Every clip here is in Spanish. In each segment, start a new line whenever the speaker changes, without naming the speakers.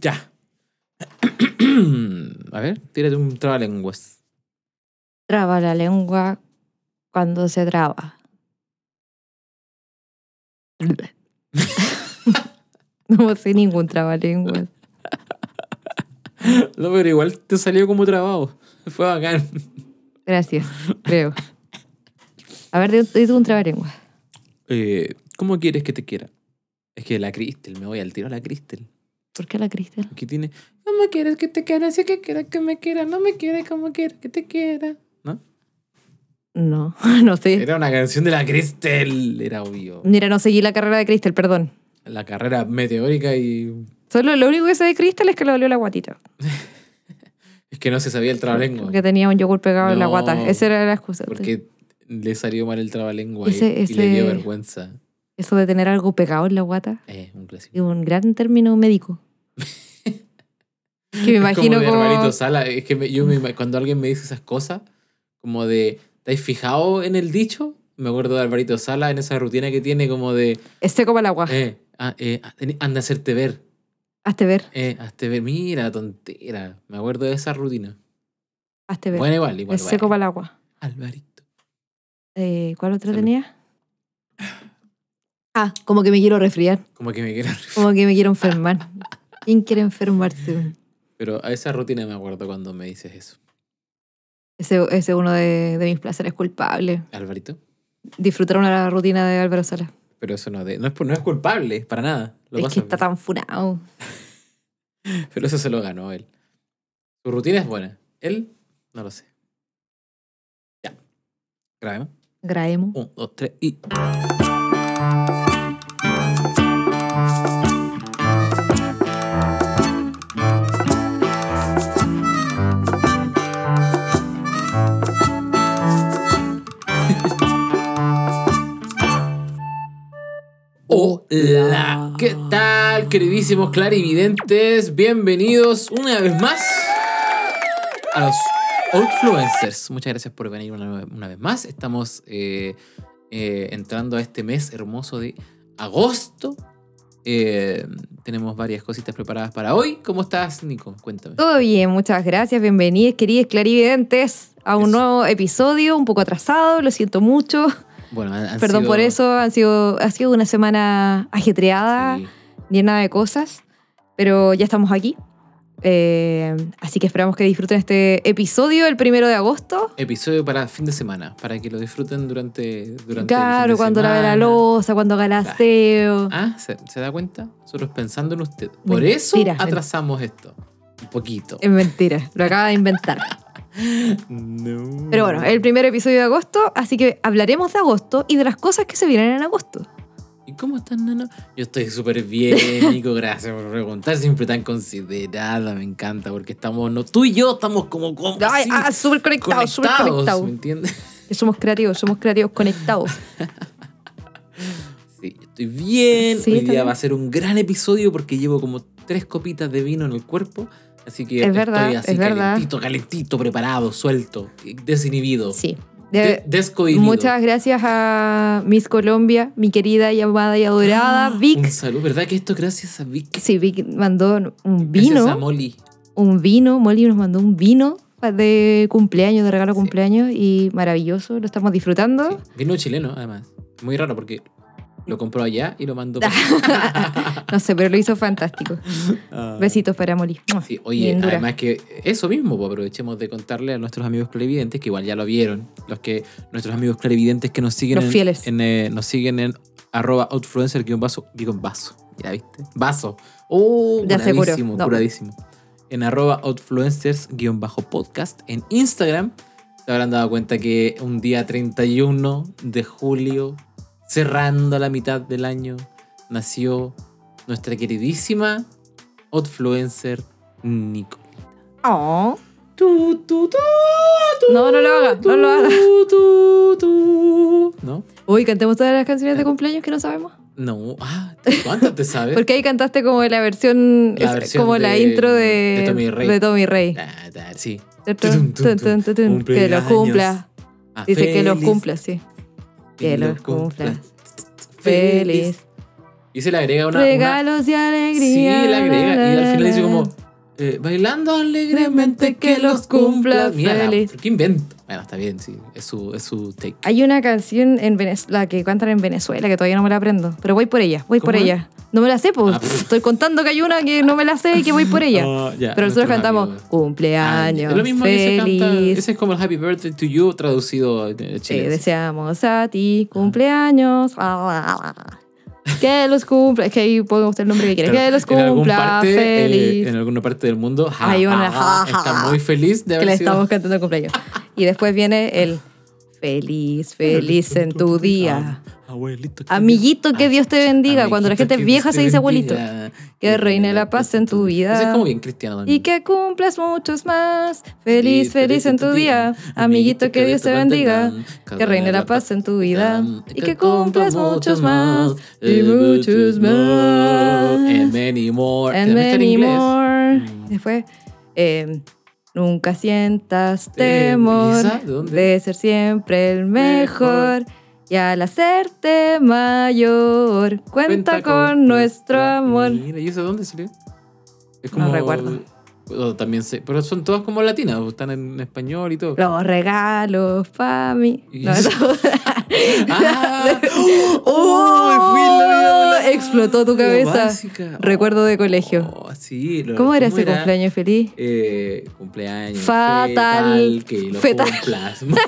Ya. A ver, tírate un trabalenguas.
Traba la lengua cuando se traba. no sé ningún trabalenguas.
No, pero igual te salió como trabado. Fue bacán.
Gracias, creo. A ver, di- di tú un trabalenguas.
Eh, ¿Cómo quieres que te quiera? Es que la Cristel, me voy al tiro a la Cristel.
¿Por qué la Cristel?
Aquí tiene. ¿Cómo quieres que te quiera? Así que quiera que me quiera. No me quiere como quiero que te quiera. Eh. ¿No?
No, no sé.
Era una canción de la Cristel. Era obvio.
Mira, no seguí la carrera de Cristel, perdón.
La carrera meteórica y.
Solo lo único que sé de Cristel es que le dolió la guatita.
Es que no se sabía el trabalengua.
Porque tenía un yogur pegado en la
No,
guata. Esa era la excusa.
Porque le salió mal el trabalengua y-
Ese-
y, le dio
ese-
vergüenza.
Eso de tener algo pegado en la guata
Eh, un clásico.
es un gran término médico. que me
Es como
imagino
de
como...
Hermanito Sala. Es que me- yo me ima- cuando alguien me dice esas cosas, como de, ¿estáis fijado en el dicho? Me acuerdo de Alvarito Sala en esa rutina que tiene como de,
Este como el agua.
eh, ah, eh, ah, teni- anda a hacerte ver,
Hazte ver,
eh, hazte ver, mira, tontera. Me acuerdo de esa rutina.
hazte ver.
Bueno, igual, igual.
es
bueno.
seco para el agua.
Alvarito.
Eh, ¿Cuál otra
Salud.
tenía? Ah, como que me quiero resfriar.
Como que me quiero.
Como que me quiero enfermar. ¿Quién quiere enfermarse?
Pero a esa rutina me acuerdo cuando me dices eso.
Ese ese es uno de, de mis placeres culpables.
Alvarito.
Disfrutar una rutina de Álvaro Sala.
Pero eso no, de- no, es, por- no es culpable, para nada. Lo
es
pasa
que está
bien.
tan funado.
Pero eso se lo ganó él. Su rutina es buena. Él, no lo sé. Ya. Grabemos.
Graemo.
Un, dos, tres y. Hola, ¿qué tal, queridísimos clarividentes? Bienvenidos una vez más a los Outfluencers. Muchas gracias por venir una, nue- una vez más. Estamos eh, eh, entrando a este mes hermoso de agosto. Eh, tenemos varias cositas preparadas para hoy. ¿Cómo estás, Nico? Cuéntame.
Todo bien, muchas gracias. Bienvenidos, queridos clarividentes, a un
Eso.
nuevo episodio, un poco atrasado, lo siento mucho.
Bueno, han- han
Perdón
sido-
por eso, Ah. han sido, ha sido una semana ajetreada.
Sí.
llena de cosas, pero ya estamos aquí. Eh, así que esperamos que disfruten este episodio el primero de agosto.
Episodio para fin de semana, para que lo disfuten durante, durante el fin
claro,
de
cuando lave la
semana.
losa, cuando haga el
Claro.
aseo.
Ah, ¿se, se da cuenta? Nosotros pensando en usted. Por eso
Mentira, Em, men-
atrasamos esto. Un poquito.
Es mentira, lo acaba de inventar.
No.
Pero bueno, el primer episodio de agosto, así que hablaremos de agosto y de las cosas que se vienen en agosto.
¿Y cómo estás, nano? Yo estoy súper bien, Nico. Gracias por preguntar. Siempre tan considerada. Me encanta porque estamos... No, tú y yo estamos como... como
Ay,
así,
ah, súper conectados, súper
¿Me
conectados.
entiendes?
Que Somos creativos, somos creativos conectados.
Sí, yo estoy bien.
Sí,
Hoy
está
día
bien.
va a ser un gran episodio porque llevo como tres copitas de vino en el cuerpo. Así que
Es
estoy
verdad,
así
es verdad.
calentito, calentito, preparado, suelto, desinhibido.
Sí.
de-
De-
descohibido.
muchas gracias a Miss Colombia, mi querida y amada y adorada
¡Ah! Un
Vic.
saludo, ¿verdad que esto es gracias a Vic?
Sí, Vic mandó un
Gracias a
vino,
Molly.
un vino, Molly nos mandó un vino de cumpleaños, de regalo de cumpleaños y maravilloso, lo estamos disfrutando.
Sí, Vino chileno, además. Muy raro porque lo compró allá y lo mandó. para-
No sé, pero lo hizo fantástico.
Ah.
Besitos para Molly.
Sí, oye,
Bien dura.
además que eso mismo, pues, aprovechemos de contarle a nuestros amigos clarividentes, que igual ya lo vieron, los que nuestros amigos clarividentes que nos siguen
Los
en-
fieles.
en, eh, nos siguen en arroba outfluencer guión vaso, guión vaso, ya viste, vaso, oh,
Ya se curó.
curadísimo,
No.
curadísimo. en arroba outfluencers guión bajo podcast en Instagram, se habrán dado cuenta que un día 31 de julio, cerrando la mitad del año, nació nuestra queridísima outfluencer Nico.
Oh,
Tu, tu, tu, tu,
No, no lo haga, no lo haga.
tu, tu, tu. ¿No?
Uy, cantemos todas las canciones de cumpleaños que no sabemos.
No. Ah, ¿cuántas te sabes?
Porque ahí cantaste como la versión,
La
es-
versión
como la
de-
intro de,
de Tommy Rey.
de Tommy Rey.
Ah, da, sí.
Tun, tun, tun, tun, tun. Que lo
Cumpleaños.
cumpla.
Ah,
Dice que lo
feliz,
cumpla, sí. Que lo cumpla. Feliz
Y se le agrega una. una
Regalos de
sí,
alegría.
le agrega. Y
la, la,
al final dice
la,
como.
la.
eh, bailando alegremente que los cumpla. Mira,
feliz.
¿por qué invento? Bueno, está bien, sí. Es su, es su take.
Hay una canción en Venezuela que cantan en Venezuela que todavía no me la aprendo, pero voy por ella, voy
¿Cómo
por
es?
ella. No me la sé, pues.
Ah, pff.
Estoy contando que hay una que no me la sé y que voy por ella.
Ah, ya,
pero
nuestro
nosotros cantamos
amigo. Ah,
cumpleaños
Es lo mismo que
feliz.
se canta. Ese es como el Happy Birthday to You traducido eh,
Te
chileno. Ah.
deseamos a ti cumpleaños. Ah, Que los cumpla. Que ahí ponga usted el nombre que quiera.
Claro,
Que los
en algún
cumpla
parte, eh,
feliz.
en alguna parte del mundo, ja,
Hay
ja,
una
ja,
ja, ja,
está
ja,
muy feliz de
que
haber
le
sido.
estamos cantando el cumpleaños. Y después viene el feliz, feliz en tu día.
Abuelito.
Amiguito, que Dios te bendiga. Cuando la gente es vieja, se dice abuelito.
Que
Que reine la paz en tu vida.
Ese es como bien cristiano también.
Y que cumplas muchos más. Feliz, feliz en tu día. Amiguito, que Dios te bendiga. Que reine la paz en tu vida. Y que cumplas muchos más. Y muchos
Eh, And
más.
many more.
And
También está en
many
inglés.
more.
Mm.
Después, eh, nunca sientas
Eh, ¿y
temor
esa? ¿De dónde?
de ser siempre el mejor. Y al hacerte mayor, cuenta con nuestro amor.
Mira, ¿y eso de dónde salió? Es
No recuerdo.
o también sé, pero son todas como latinas, o están en español y todo.
Los regalos para mí.
Y
No,
eso-
eso-
¡Ah! ¡Oh! ¡Oh! Fui la vida volando.
Explotó tu
Lo
cabeza.
básica.
Recuerdo de colegio.
Oh, sí, lo-
¿Cómo era ese cumpleaños feliz?
Eh, cumpleaños.
Fatal.
Fatal. Que lo
Fetal.
cumplas muy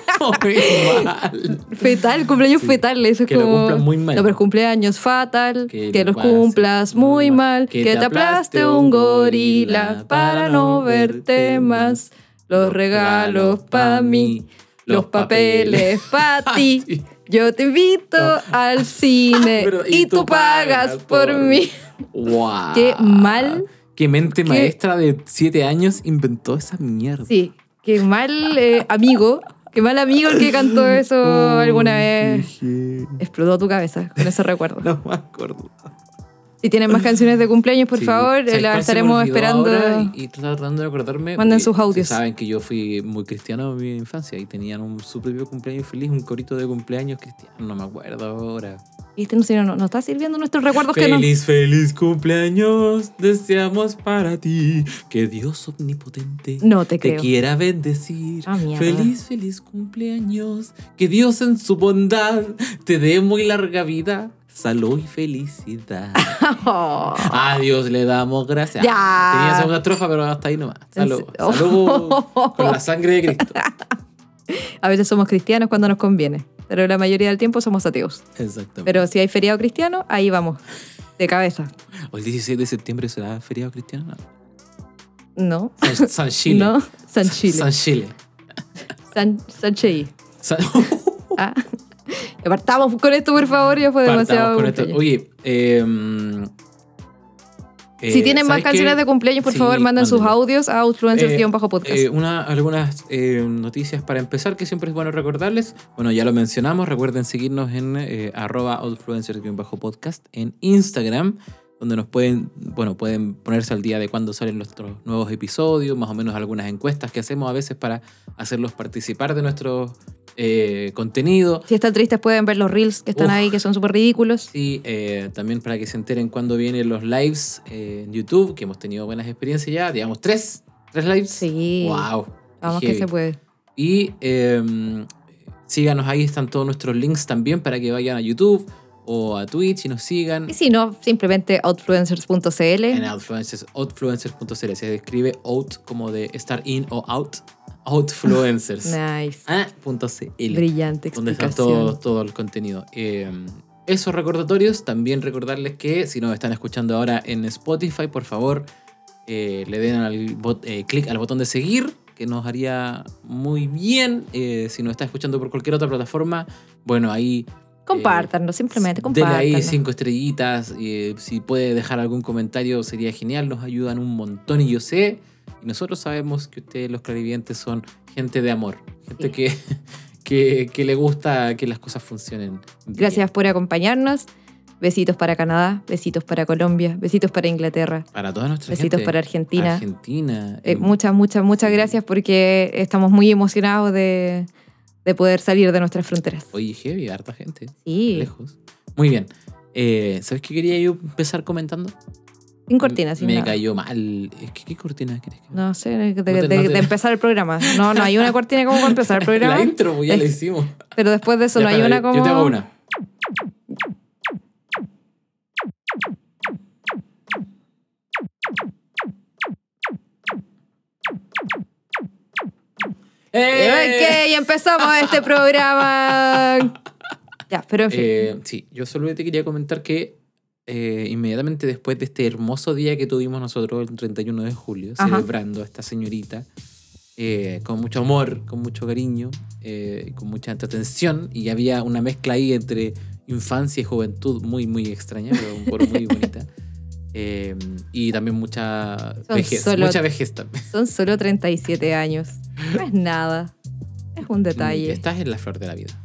mal.
Fetal, cumpleaños
Sí.
fetal, eso es
Que lo
como.
cumplas muy mal.
No, pero cumpleaños fatal,
Que
que,
lo
los
pases
cumplas muy mal, que, te aplaste un gorila para no verte más. Los regalos pa' mí, los papeles pa' ti. Yo te invito al cine
Pero-
y, tú pagas por mí.
¡Wow!
Qué mal.
Qué mente maestra de 7 años inventó esa mierda.
Sí, qué mal eh, amigo, qué mal amigo el que cantó eso
Oh,
alguna
qué
vez.
gen-
Explotó tu cabeza con ese recuerdo.
No me acuerdo.
Si tienen más canciones de cumpleaños, por
Mm. Sí.
favor,
¿Sabes
las
cuál se me
estaremos
olvidó
esperando.
ahora? Y, y estaba tratando de acordarme.
Manden
porque
sus audios.
se Saben que yo fui muy cristiano en mi infancia y tenían un, su propio cumpleaños feliz, un corito de cumpleaños cristiano. No me acuerdo ahora.
Viste, este no, sé, no, no está sirviendo nuestros recuerdos que no.
Feliz, feliz cumpleaños, deseamos para ti que Dios omnipotente
No te
te
creo.
quiera bendecir.
Ah, mierda.
feliz, feliz cumpleaños, que Dios en su bondad te dé muy larga vida, salud y felicidad.
Oh,
A Dios le damos gracias. Ah,
Ya.
Tenía esa una trofa, pero hasta ahí nomás. Salud.
En se- Oh.
Salud con la sangre de Cristo.
a veces somos cristianos cuando nos conviene, pero la mayoría del tiempo somos ateos.
Exactamente.
Pero si hay feriado cristiano, ahí vamos, de cabeza.
¿O el 16 de septiembre será feriado cristiano? No.
No,
San, San Chile.
no, San Chile.
San Chile.
San, San Chile.
San-
Ah. Partamos con esto, por favor, ya fue
Partamos
demasiado.
con esto.
cumpleaños.
Oye, eh,
si tienen más canciones de cumpleaños, por favor, manden sus audios a
Eh,
outfluencers-podcast.
una, algunas eh, noticias para empezar que siempre es bueno recordarles. Bueno, ya lo mencionamos. Recuerden seguirnos en eh, arroba outfluencers-podcast en Instagram, donde nos pueden, bueno, pueden ponerse al día de cuándo salen nuestros nuevos episodios, más o menos algunas encuestas que hacemos a veces para hacerlos participar de nuestro eh, contenido.
si están tristes, pueden ver los reels que están
Uf.
ahí, que son súper ridículos.
Sí, eh, también para que se enteren cuando vienen los lives eh, en YouTube, que hemos tenido buenas experiencias ya, digamos tres, tres lives.
Sí.
Wow.
Vamos
Heavy.
que se puede.
Y eh, síganos ahí, están todos nuestros links también para que vayan a YouTube o a Twitch y nos sigan.
Y si no, simplemente
En
outfluencers.cl.
Outfluencers, outfluencers.cl se describe out como de estar in o out, outfluencers.
Nice.
Ah, punto CL.
Brillante
donde está
explicación.
todo, todo el contenido. Eh, esos recordatorios, también recordarles que si nos están escuchando ahora en Spotify, por favor, eh, le den al bot- eh, clic al botón de seguir, que nos haría muy bien. Eh, si nos está escuchando por cualquier otra plataforma, bueno, ahí
Compártanlo, simplemente
Denle ahí
compártanlo.
cinco estrellitas. eh, si puede dejar algún comentario, sería genial. Nos ayudan un montón y yo sé. Y nosotros sabemos que ustedes, los clarividentes, son gente de amor. Gente
Sí.
que, que, que le gusta que las cosas funcionen. bien.
Gracias por acompañarnos. Besitos para Canadá, besitos para Colombia, besitos para Inglaterra,
Para toda nuestra
besitos
gente.
para Argentina.
Argentina.
Eh,
en-
muchas, muchas, muchas
Sí.
gracias porque estamos muy emocionados de, de poder salir de nuestras fronteras.
Oye, heavy, harta gente.
Sí.
Lejos. Muy bien. Eh, ¿Sabes qué quería yo empezar comentando?
Sin cortina, sin
Me
nada.
cayó mal. Es que, ¿Qué cortina querés que
No sé, de, de-
te- no
de-
te-
de empezar el programa. No, no hay una cortina como para empezar el
La
programa.
intro, pues ya
Es-
la hicimos.
Pero después de eso
Ya,
no hay
espera,
una
yo-
como.
Yo te hago una.
Eh,
¡Eh!
ok, empezamos este programa. Ya, pero en fin.
Eh, sí, yo solo te quería comentar que eh, inmediatamente después de este hermoso día que tuvimos nosotros el 31 de julio,
Ajá.
celebrando a esta señorita, eh, con mucho amor, con mucho cariño, eh, con mucha entretención, y había una mezcla ahí entre infancia y juventud muy, muy extraña, pero por muy bonita. Eh, y también mucha
Son
vejez,
solo-
mucha vejez también.
Son solo 37 años. No es nada. Es un detalle.
Estás en la flor de la vida.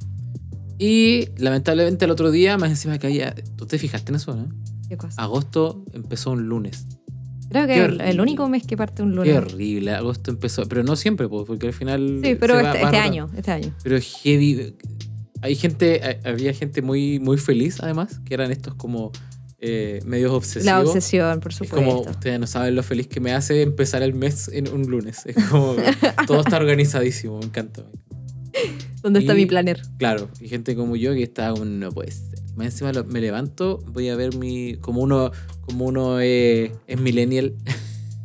Y lamentablemente el otro día, más encima que había, tú te fijaste en eso, ¿no?
Qué cosa.
Agosto empezó un lunes.
Creo que
Ah, qué
el, el
horrible.
único mes que parte un
Qué
lunes.
horrible. Agosto empezó. Pero no siempre, po, porque al final.
Sí, pero
se va-
este,
va
este
rotando.
año, este año.
Pero heavy. Hay gente, ha- había gente muy, muy feliz, además, que eran estos como eh, medios obsesivos.
La obsesión, por
Es
supuesto.
como, ustedes no saben lo feliz que me hace empezar el mes en un lunes. Es como, todo está organizadísimo, me encanta.
¿Dónde está
y-
mi planner?
Claro, y gente como yo que está como, no puede ser. Más encima lo- me levanto, voy a ver mi. Como uno, como uno eh, es millennial.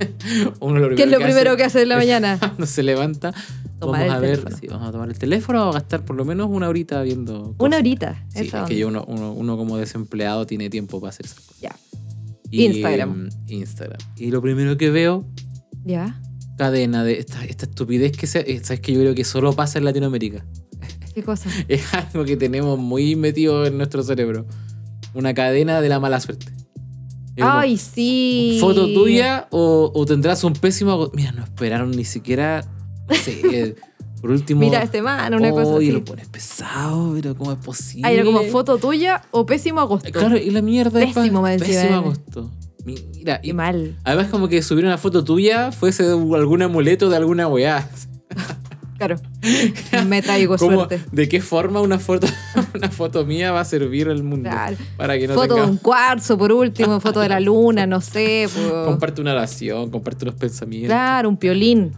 uno lo
¿Qué es lo
que hace-
primero que hace en la mañana?
cuando se levanta,
Tomar
vamos
el
a ver
teléfono.
sí, vamos a tomar el teléfono o gastar por lo menos una horita viendo. cosas.
Una horita.
Sí,
eso.
es que yo uno, uno, uno como desempleado tiene tiempo para hacer esas cosas.
Ya.
Y,
Instagram.
mm, Instagram. Y lo primero que veo,
¿Ya?
cadena de esta, esta estupidez que se, eh, sabes que yo creo que solo pasa en Latinoamérica.
¿Qué cosa?
Es algo que tenemos muy metido en nuestro cerebro. Una cadena de la mala suerte. Es como,
Ay, sí.
foto tuya o, o tendrás un pésimo. ago- Mira, no esperaron ni siquiera. No sé, eh, por último.
Mira este man, una cosa
Oye,
así.
lo pones pesado, pero ¿cómo es posible? Eh,
Ah, era como foto tuya o pésimo agosto.
Claro, y la mierda es pa-
Pésimo, más encima,
pésimo
eh.
agosto. Mira, y
Qué mal.
además como que subir una foto tuya fuese de algún amuleto de alguna weá.
Claro. Me traigo
Como,
suerte.
¿De qué forma una foto, una foto mía va a servir al mundo?
Claro.
Para que no
foto de
tengamos-
un cuarzo, por último, foto de la luna, no sé. po.
Comparte una oración, comparte unos pensamientos.
Claro, un piolín,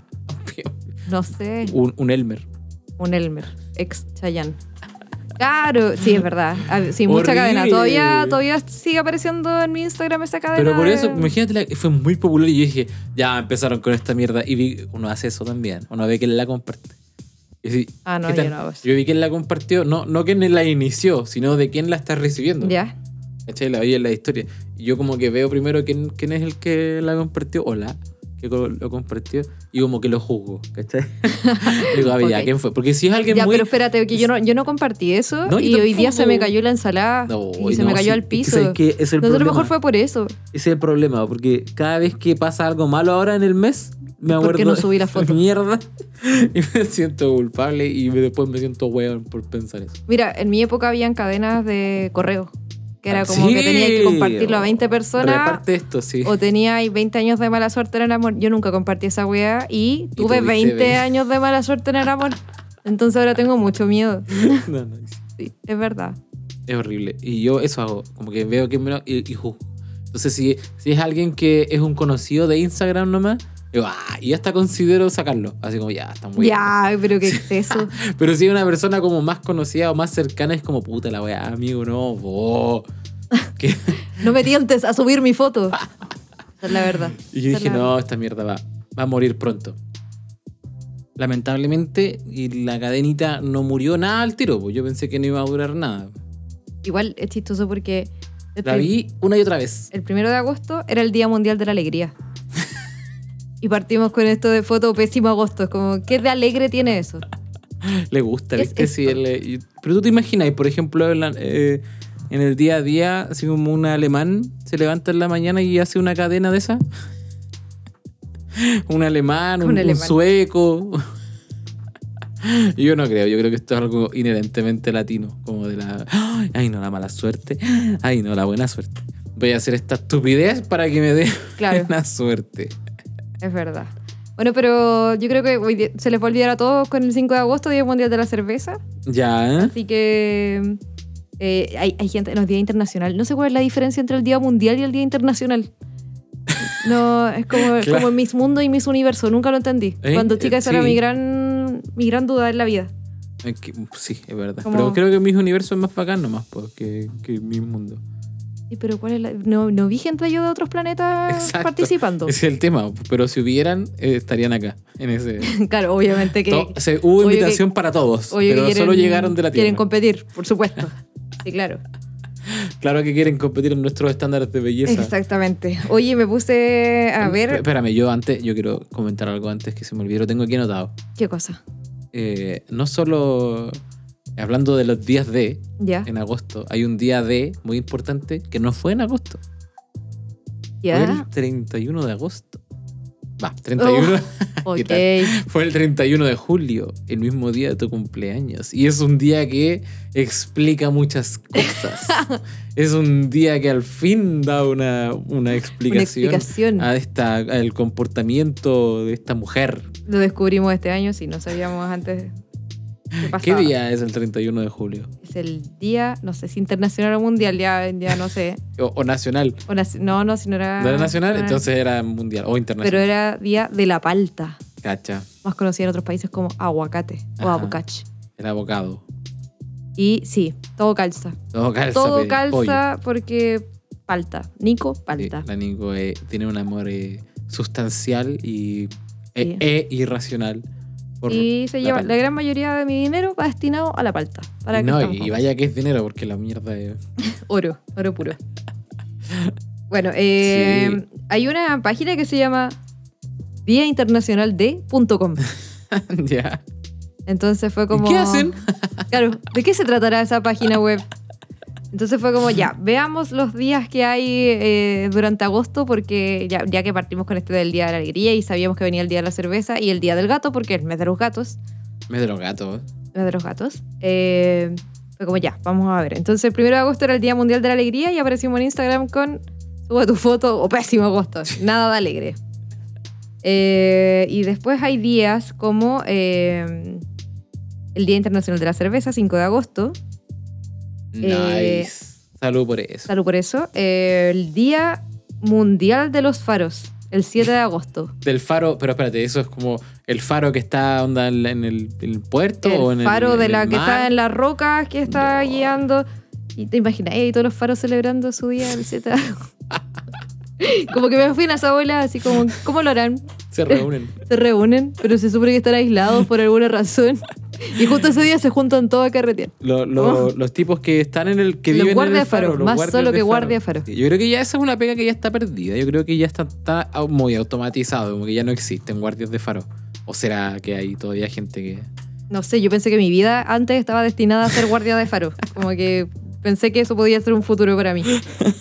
no sé.
Un, un Elmer.
Un Elmer, ex Chayanne. Claro, sí, es verdad. Ah, Sí, mucha
Horrible.
cadena. Todavía, todavía sigue apareciendo en mi Instagram esa cadena.
Pero por eso,
de-
imagínate, la- fue muy popular y yo dije, ya empezaron con esta mierda. Y vi, uno hace eso también, uno ve que la comparte. Y sí,
Ah, no,
¿qué
yo
tal?
no hago eso.
Yo vi quién la compartió, no, no quién la inició, sino de quién la está recibiendo.
Ya.
¿Cachai? La vi en la historia. Y yo como que veo primero quién, quién es el que la compartió, o la que co- lo compartió, y como que lo juzgo, ¿cachai? Digo, a ver, ya,
Ok.
¿quién fue? Porque si es alguien
Ya,
muy...
pero espérate, que yo no, yo no compartí eso
No, yo
y hoy día
tampoco.
se me cayó la ensalada
No,
y se
no,
me cayó
sí,
al
es que
piso.
sabes que es el
Nosotros
problema.
mejor fue por eso,
Ese es el problema, porque cada vez que pasa algo malo ahora en el mes, me
¿Por
acuerdo
qué no subí la
de
foto?
mierda y me siento culpable y me- después me siento weón por pensar eso.
Mira, en mi época habían cadenas de correo, que era como
Sí.
que tenía que compartirlo a 20 personas.
Reparte esto, sí.
O tenía ahí 20 años de mala suerte en el amor. Yo nunca compartí esa weá y tuve
tuviste
20
20.
años de mala suerte en el amor. Entonces ahora tengo mucho miedo.
No, no, sí.
Sí, es verdad.
es horrible. Y yo eso hago, como que veo que me lo- y, y juzgo. Entonces, si, si es alguien que es un conocido de Instagram nomás, digo, ah, y hasta considero sacarlo. Así como, ya, está muy
Ya, pero qué exceso.
Pero si es una persona como más conocida o más cercana, es como, puta la weá, amigo, no, vos. Que-
No me tientes a subir mi foto. Esa es la verdad.
Y yo
Esa es
dije,
la-
no, esta mierda va, va a morir pronto. Lamentablemente, y la cadenita no murió nada al tiro, pues yo pensé que no iba a durar nada.
Igual es chistoso porque el,
La
pri-
vi una y otra vez.
el primero de agosto era el Día Mundial de la Alegría. Y partimos con esto de foto pésimo agosto. Es como, ¿qué de alegre tiene eso?
Le gusta,
¿Qué es
¿viste? Sí,
esto?
él, eh, pero tú te imaginas, por ejemplo, en, la- eh, en el día a día, así como un alemán se levanta en la mañana y hace una cadena de esa. un alemán, un,
Un
un
alemán.
sueco. yo no creo, yo creo que esto es algo inherentemente latino, como de la... Ay, no, la mala suerte. Ay, no, la buena suerte. Voy a hacer esta estupidez para que me dé
Claro.
buena suerte.
Es verdad. Bueno, pero yo creo que hoy día- se les va a olvidar a todos con el 5 de agosto, Día Mundial de la Cerveza.
Ya, ¿eh?
Así que eh, hay, hay gente en los días internacionales. No sé cuál es la diferencia entre el Día Mundial y el Día Internacional. No, es como,
Claro.
como Miss Mundo y Miss Universo. Nunca lo entendí.
¿Eh?
Cuando chica
Eh,
esa era
sí.
mi gran, mi gran duda en la vida.
Eh, que- Sí, es verdad.
Como-
Pero creo que mis universos es más bacán nomás po, que, que mi mundo.
Sí, pero ¿cuál es la...? No, no vi gente yo de otros planetas
Exacto.
participando.
Ese es el tema. Pero si hubieran, eh, estarían acá. En ese.
claro, obviamente que...
To- o sea, hubo
obvio
invitación para todos.
obvio que
pero
quieren-
solo llegaron de la
Quieren
Tierra.
competir, por supuesto. Sí, claro.
Claro que quieren competir en nuestros estándares de belleza.
Exactamente. Oye, me puse a
Eh,
ver...
Espérame, yo antes, yo quiero comentar algo antes que se me olvidó. Lo tengo aquí anotado.
¿Qué cosa?
Eh, no solo hablando de los días de
¿Ya?
en agosto, hay un día de muy importante que no fue en agosto, fue
¿Ya?
el 31 de agosto. Va,
Oh.
31 ¿qué
Ok.
fue el 31 de julio, el mismo día de tu cumpleaños y es un día que explica muchas cosas. es un día que al fin da una, una
Una
explicación. Ah.
explicación.
a esta al comportamiento de esta mujer.
Lo descubrimos este año si no sabíamos antes qué
¿Qué
pasaba.
día es el 31 de julio?
Es el día, no sé si internacional o mundial, ya, ya no sé.
O, o nacional.
O naci- no, no, si no era.
¿No era nacional?
no era-
Entonces era mundial o
Ah, Pero
internacional.
era día de la palta,
Cacha,
más conocida en otros países como aguacate o
Ajá.
abucache.
el abogado.
Y sí, todo calza.
Todo calza.
todo
pe, pollo.
calza porque palta. Nico,
Sí,
palta.
la Nico eh, tiene un amor eh, sustancial y, e,
Sí.
e irracional. por
y se
la
lleva,
palta.
la gran mayoría de mi dinero va destinado a la palta. Para
Y
que
no,
estamos
y, y
con-
vaya que es dinero, porque la mierda es.
Oro, oro puro. Bueno, eh, hay una página que se llama díainternacionalde.com.
ya.
Entonces fue como...
¿Y qué hacen?
Claro, ¿de qué se tratará esa página web? Entonces fue como, ya, veamos los días que hay eh, durante agosto, porque ya, ya que partimos con este del Día de la Alegría y sabíamos que venía el Día de la Cerveza y el Día del Gato, porque es el mes de los gatos,
Me de los gatos.
mes de los gatos, eh, fue como, ya, vamos a ver. Entonces el primero de agosto era el Día Mundial de la Alegría y aparecimos en Instagram con, sube tu foto, o pésimo agosto, nada de alegre. Eh, y después hay días como eh, el Día Internacional de la Cerveza, 5 de agosto, Eh,
Nice. Salud por eso.
Salud por eso. Eh, el Día Mundial de los Faros, el 7 de agosto.
Del faro, pero espérate, eso es como el faro que está onda en, la- en el, en el puerto o en
El
el
faro de la que está en
la.
las rocas, que está
No.
guiando. Y te imaginas, eh, todos los faros celebrando su día el 7 de agosto. como que me fui en esa bola, así como, ¿cómo lo harán?
Se reúnen.
Se reúnen, pero se supone que están aislados por alguna razón. Y justo ese día se juntan todos a carretear.
Lo- lo- Los tipos que están en el que
Oh. Los
viven en
guardias
el
de faro,
faro, los
más
guardias
solo
de
que guardia de faro.
Sí, Yo creo que ya esa es una pega que ya está perdida. Yo creo que ya está, está au- muy automatizado, como que ya no existen guardias de faro. ¿O será que hay todavía gente que
No sé, yo pensé que mi vida antes estaba destinada a ser guardia de faro. Como que pensé que eso podía ser un futuro para mí.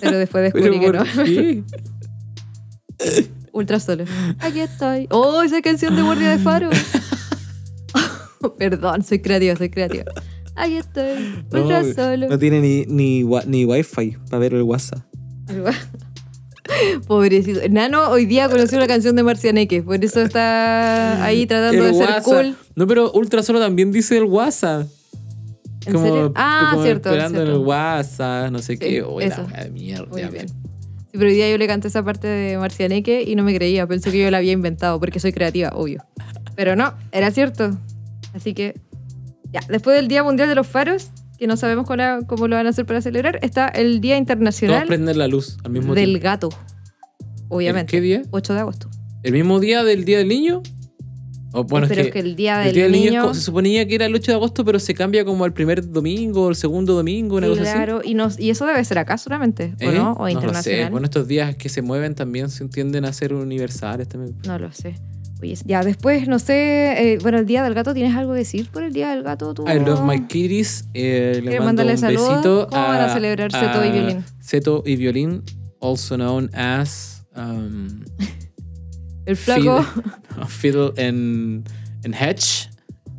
Pero después descubrí que no.
qué?
Ultra solo. Aquí estoy. Oh, esa canción de guardia de faro. Perdón, soy creativa, soy creativa. Aquí estoy. Ultra solo.
tiene ni, ni, ni wifi para ver el WhatsApp.
Pobrecito. Nano hoy día conoció una canción de Marcianeque. Por eso está ahí tratando de ser cool.
No, pero Ultra Solo también dice el WhatsApp.
¿En serio? Ah,
como
cierto.
Esperando en
cierto.
el WhatsApp, no sé qué. Uy, la
eso.
wea de mierda.
Muy bien. Sí, pero hoy día yo le canté esa parte de Marcianeque y no me creía. Pensé que yo la había inventado porque soy creativa, obvio. Pero no, era cierto. Así que, ya. Después del Día Mundial de los Faros, que no sabemos cómo, la- cómo lo van a hacer para celebrar, está el Día
Todos
Internacional
prenden la luz al mismo
del
tiempo.
Gato. Obviamente.
¿Qué día?
8 de agosto.
¿El mismo día del Día del Niño? O, bueno,
pero
es que,
el Día del
el Día del Niño,
Niño.
es como- se suponía que era el 8 de agosto, pero se cambia como al primer domingo o el segundo domingo, una cosa así.
claro, y, nos, y eso debe ser acá solamente, ¿o
¿Eh?
no? O
lo sé.
internacional.
Bueno, estos días que se mueven también se tienden a ser universales también.
No lo sé. Oye, ya después, no sé. eh, bueno, el Día del Gato, ¿tienes algo que decir por el Día del Gato? Tú?
I love my kitties. Eh, le
Quiero
mando
mandarle
un
saludos.
besito
¿Cómo van a celebrar Seto y Violín?
Seto y Violín, also known as um,
El flaco.
Fiddle, Fiddle and, and Hedge,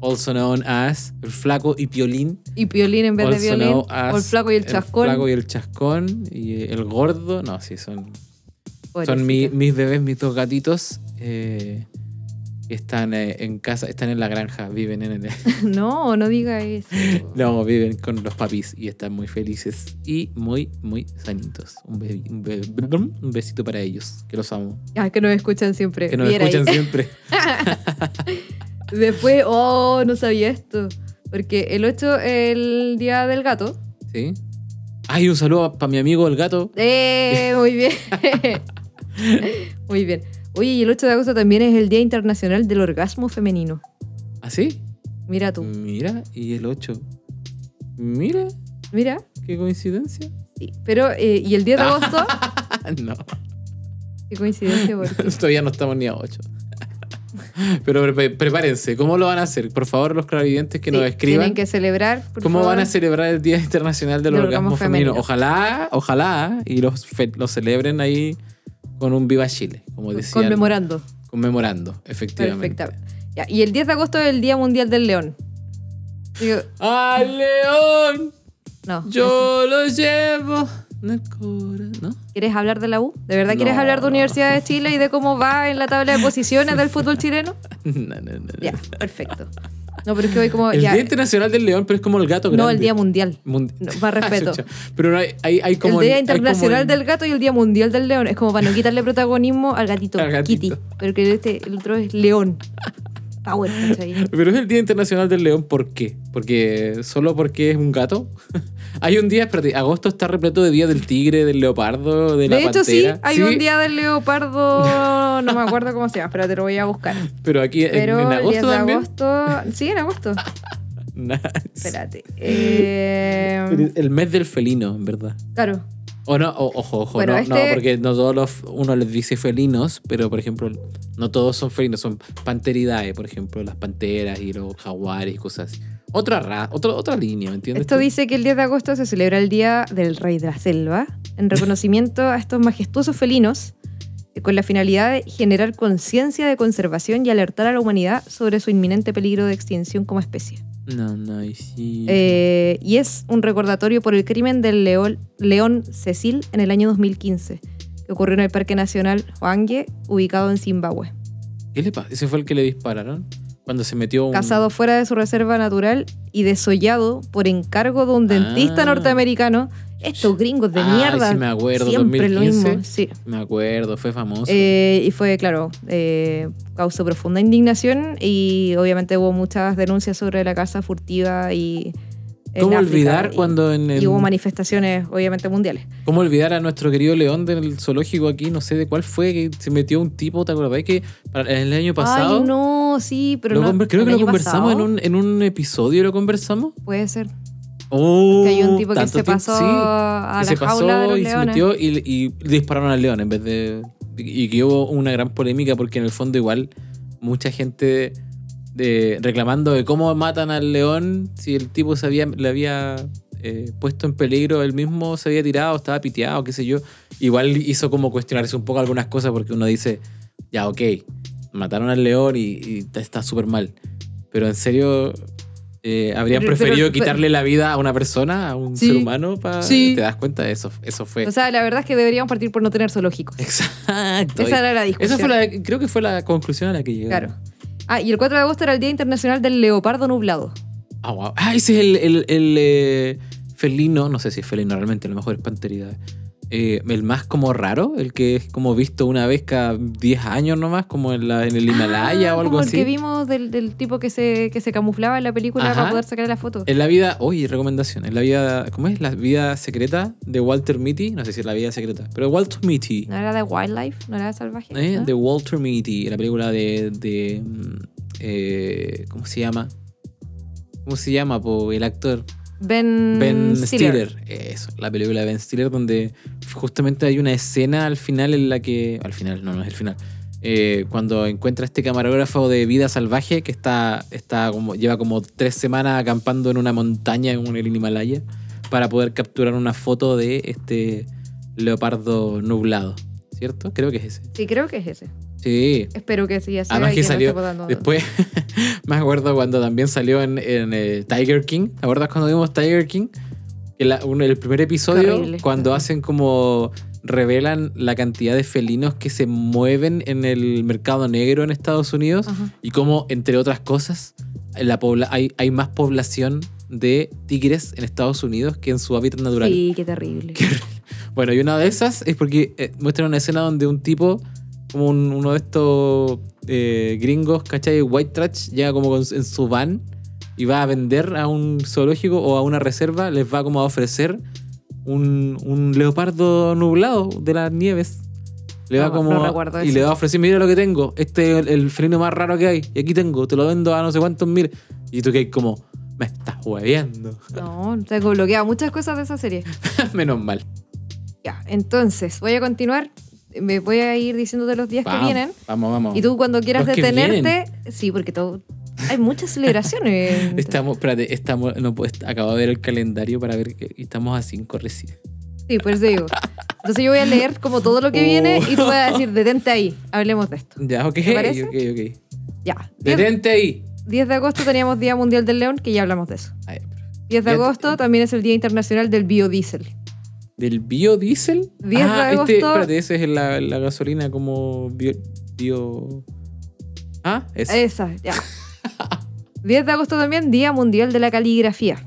also known as El Flaco y Violín.
y violín en vez de
also
violín,
known as
o el flaco y el chascón.
El Flaco y el Chascón y el Gordo. No, sí, son,
Pobrecito.
son mi- mis bebés, mis dos gatitos. eh, están eh, en casa, están en la granja, viven en el...
No, no diga eso.
No, viven con los papis y están muy felices y muy, muy sanitos. Un, be- un be- un besito para ellos, que los amo.
Ah, que nos escuchan siempre.
Que nos
Viera ahí.
escuchan siempre.
Después, oh, no sabía esto. Porque el 8 es el día del gato.
¿Sí? Ay, un saludo para mi amigo el gato.
Eh, muy bien. muy bien. Oye, y el 8 de agosto también es el Día Internacional del Orgasmo Femenino.
¿Ah, sí?
Mira
Mm.
tú.
Mira, y el 8. Mira,
Mira.
qué coincidencia. Ah,
Sí. Pero, eh, y el 10 de agosto.
no,
Qué coincidencia, porque.
todavía no estamos ni a 8. Pero pre- prepárense, ¿cómo lo van a hacer? Por favor, los clarividentes que
Sí,
nos escriban.
Tienen que celebrar. por
¿Cómo
favor.
van a celebrar el Día Internacional del
Del
Orgasmo,
Orgasmo
Femenino?
Femenino.
Ojalá, ojalá, y los, fe- los celebren ahí con un Viva Chile, como decían.
Conmemorando.
Conmemorando, efectivamente.
Perfecta. Ya, Y el 10 de agosto es el Día Mundial del León. Digo,
¡Al león!
no.
Yo lo llevo en el corazón. ¿No?
¿Quieres hablar de la U? ¿De verdad quieres
No,
hablar de
no.
Universidad de Chile y de cómo va en la tabla de posiciones del fútbol chileno?
No, no, no, no.
Ya, perfecto. No, pero es que hoy como
El
ya.
Día Internacional del León, pero es como el gato grande.
No, el Día Mundial.
Mun-
No, más respeto.
Chucha. pero no hay, hay, hay como
el Día
hay como
Internacional
el-
del Gato y el Día Mundial del León. Es como para no quitarle protagonismo al gatito,
Al gatito.
Kitty. Pero que este, el otro es León. Power, ¿cachai?
Pero es el Día Internacional del León, ¿por qué? Porque solo porque es un gato. hay un día, espérate, agosto está repleto de días del tigre, del leopardo, de,
De,
la
hecho, sí,
pantera.
hay un día del leopardo, no me acuerdo cómo se llama, pero te lo voy a buscar.
Pero aquí en-
Pero
en,
el 10
agosto
de
también.
agosto. Sí, en agosto.
Nah,
Espérate. Eh,
El mes del felino, en verdad.
claro.
O no, o- ojo, ojo,
Bueno,
no, no,
este-
porque no todos los, uno les dice felinos, pero por ejemplo, no todos son felinos, son panteridae, por ejemplo, las panteras y los jaguares y cosas así. Otra ra- otra, otra línea, ¿me entiendes?
Esto
tú?
dice que el 10 de agosto se celebra el Día del Rey de la Selva, en reconocimiento a estos majestuosos felinos, eh, con la finalidad de generar conciencia de conservación y alertar a la humanidad sobre su inminente peligro de extinción como especie.
No, no, y sí.
Eh, y es un recordatorio por el crimen del leol- león Cecil en el año 2015, que ocurrió en el Parque Nacional Hwange, ubicado en Zimbabue.
¿Qué le pasa? Ese fue el que le dispararon cuando se metió un.
Casado fuera de su reserva natural y desollado por encargo de un dentista
Ah.
norteamericano. Estos gringos de
Ay,
mierda.
sí me acuerdo,
siempre lo
2015.
mismo. Sí.
Me acuerdo, fue famoso.
Eh, y fue, claro, eh, causó profunda indignación y obviamente hubo muchas denuncias sobre la caza furtiva y. en
¿Cómo
África,
olvidar
y-
cuando en el-
Y hubo manifestaciones, obviamente, mundiales.
¿Cómo olvidar a nuestro querido León del zoológico aquí? No sé de cuál fue, que se metió un tipo, ¿te acuerdas? Que para- el año pasado.
Ay, no, sí, pero
lo
no.
conver- creo
el
que lo
año
conversamos en
pasado,
un, en un episodio, ¿lo conversamos?
Puede ser.
Oh,
que hay un tipo que
tanto
se
tiempo-
pasó
sí,
a
que se
la
pasó
jaula de los
y se
leones.
metió y, y dispararon al león en vez de. Y que hubo una gran polémica porque en el fondo, igual, mucha gente de- reclamando de cómo matan al león si el tipo se había, le había eh, puesto en peligro, él mismo se había tirado, estaba piteado, qué sé yo. Igual hizo como cuestionarse un poco algunas cosas porque uno dice, ya, ok, mataron al león y, y está- está súper mal. Pero en serio, eh, ¿habrían
Pero-
preferido
pero-
quitarle la vida a una persona, a un
Sí.
ser humano? este Pa-
Sí.
¿Te das cuenta? Eso, eso fue.
O sea, la verdad es que deberíamos partir por no tener zoológicos.
Exacto.
Esa era la discusión.
Esa fue la, creo que fue la conclusión a la que llegué.
Claro. Ah, y el 4 de agosto era el Día Internacional del Leopardo Nublado.
Ah, wow. Ah, ese es el, el- el, eh, felino, no sé si es felino realmente, a lo mejor es panterida. Eh, el más como raro, el que es como visto una vez cada 10 años nomás, como en, la- en el Himalaya
Ah,
o algo
como el
así.
que vimos del, del tipo que se, que se camuflaba en la película
Ajá.
para poder sacar la foto.
En la vida, oye, recomendación, en la vida, ¿cómo es? La vida secreta de Walter Mitty, no sé si es la vida secreta, pero Walter Mitty,
¿No era de Wildlife? ¿No era de Salvaje?
¿eh?
¿No?
de Walter Mitty, la película de, de, mm, eh, ¿cómo se llama? ¿Cómo se llama, po, el actor?
Ben,
Ben Stiller. Eso, la película de Ben Stiller, donde justamente hay una escena al final en la que. Al final, no, no es el final. eh, cuando encuentra este camarógrafo de vida salvaje que está, está como, lleva como tres semanas acampando en una montaña en el Himalaya para poder capturar una foto de este leopardo nublado, ¿cierto? Creo que es ese.
Sí, creo que es ese.
Sí,
Espero que sí, ya sea.
Además
y
que
no
salió
esté botando-
después, me acuerdo cuando también salió en, en, eh, Tiger King. ¿Te acuerdas cuando vimos Tiger King? El, el primer episodio,
Horrible.
cuando hacen como revelan la cantidad de felinos que se mueven en el mercado negro en Estados Unidos
Ajá.
y cómo, entre otras cosas, la pobla- hay, hay más población de tigres en Estados Unidos que en su hábitat natural.
Sí, qué terrible.
Bueno, y una de esas es porque eh, muestran una escena donde un tipo, como un- uno de estos eh, gringos, ¿cachai? White Trash, llega como con- en su van y va a vender a un zoológico o a una reserva, les va como a ofrecer un, un leopardo nublado de las nieves. Le va
No,
como
no recuerdo
y
eso.
le va a ofrecer, mira lo que tengo, este es el, el felino más raro que hay, y aquí tengo, te lo vendo a no sé cuántos mil. Y tú que como, me estás hueveando.
No, te bloquea muchas cosas de esa serie.
Menos mal.
Ya, entonces, voy a continuar. Me voy a ir diciendo de los días que
Vamos,
vienen.
vamos, vamos.
Y tú cuando quieras
Los que
detenerte, sí, porque todo, hay muchas celebraciones.
Estamos, espérate, estamos, no, puedo- acabo de ver el calendario para ver que y estamos a 5 recién.
Sí, por eso digo. Entonces yo voy a leer como todo lo que viene y tú vas a decir, detente ahí, hablemos de esto.
Ya, ok,
¿Te parece?
ok, ok.
Ya. 10,
Detente ahí.
10 de agosto teníamos Día Mundial del León, que ya hablamos de eso.
Ah, ya, pero-
10 de
Ya te-
agosto también es el Día Internacional del Biodiesel.
¿Del biodiesel?
10 de
ah,
agosto.
Este, espérate, ese es la, la gasolina como bio. bio- Ah, es.
Esa, ya. 10 de agosto también, Día Mundial de la Caligrafía.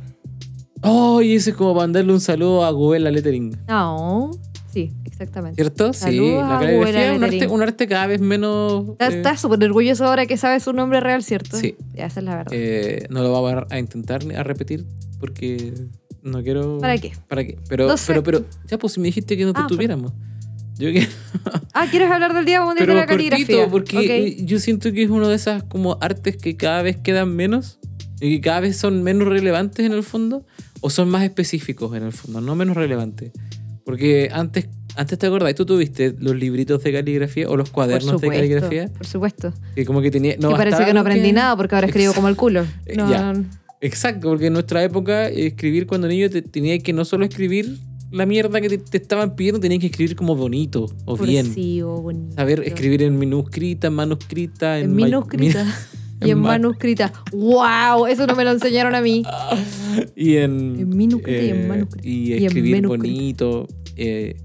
Oh, y ese es como para mandarle un saludo a Google la Lettering.
No, sí, exactamente.
¿Cierto? sí,
Saludos
la
a
caligrafía
Google
es un arte,
Lettering.
un arte cada vez menos.
Estás
eh,
estás súper orgulloso ahora que sabes su nombre real, ¿cierto?
Sí.
Ya, esa es la verdad.
eh, no lo va a intentar ni a repetir porque no quiero.
¿Para qué?
¿Para qué? Pero,
No sé.
pero, pero, ya pues si me dijiste que no te
Ah,
tuviéramos. Yo que,
Ah, ¿quieres hablar del Día Mundial
pero
de la Caligrafía?
cortito, porque
Ok.
yo siento que es uno de esas como artes que cada vez quedan menos y que cada vez son menos relevantes en el fondo o son más específicos en el fondo, no menos relevantes. Porque antes, antes te acordás, tú tuviste los libritos de caligrafía o los
Por
cuadernos de
supuesto,
caligrafía
Por supuesto.
que como que tenía no
que parece
bastaba
que no
con
aprendí nada porque ahora escribo como el culo.
Eh,
No,
ya.
no, no.
Exacto, porque en nuestra época escribir cuando niño te, tenía que no solo escribir la mierda que te, te estaban pidiendo, tenías que escribir como bonito o bien.
Cursivo, bonito.
Saber escribir en minúscrita, en manuscrita, en,
En
ma-
minúscrita
en
y en
ma-
manuscrita. ¡Wow! Eso no me lo enseñaron a mí.
y en, eh,
En minúscrita y en manuscrita.
y
Y en
escribir
menúscrita.
bonito, eh,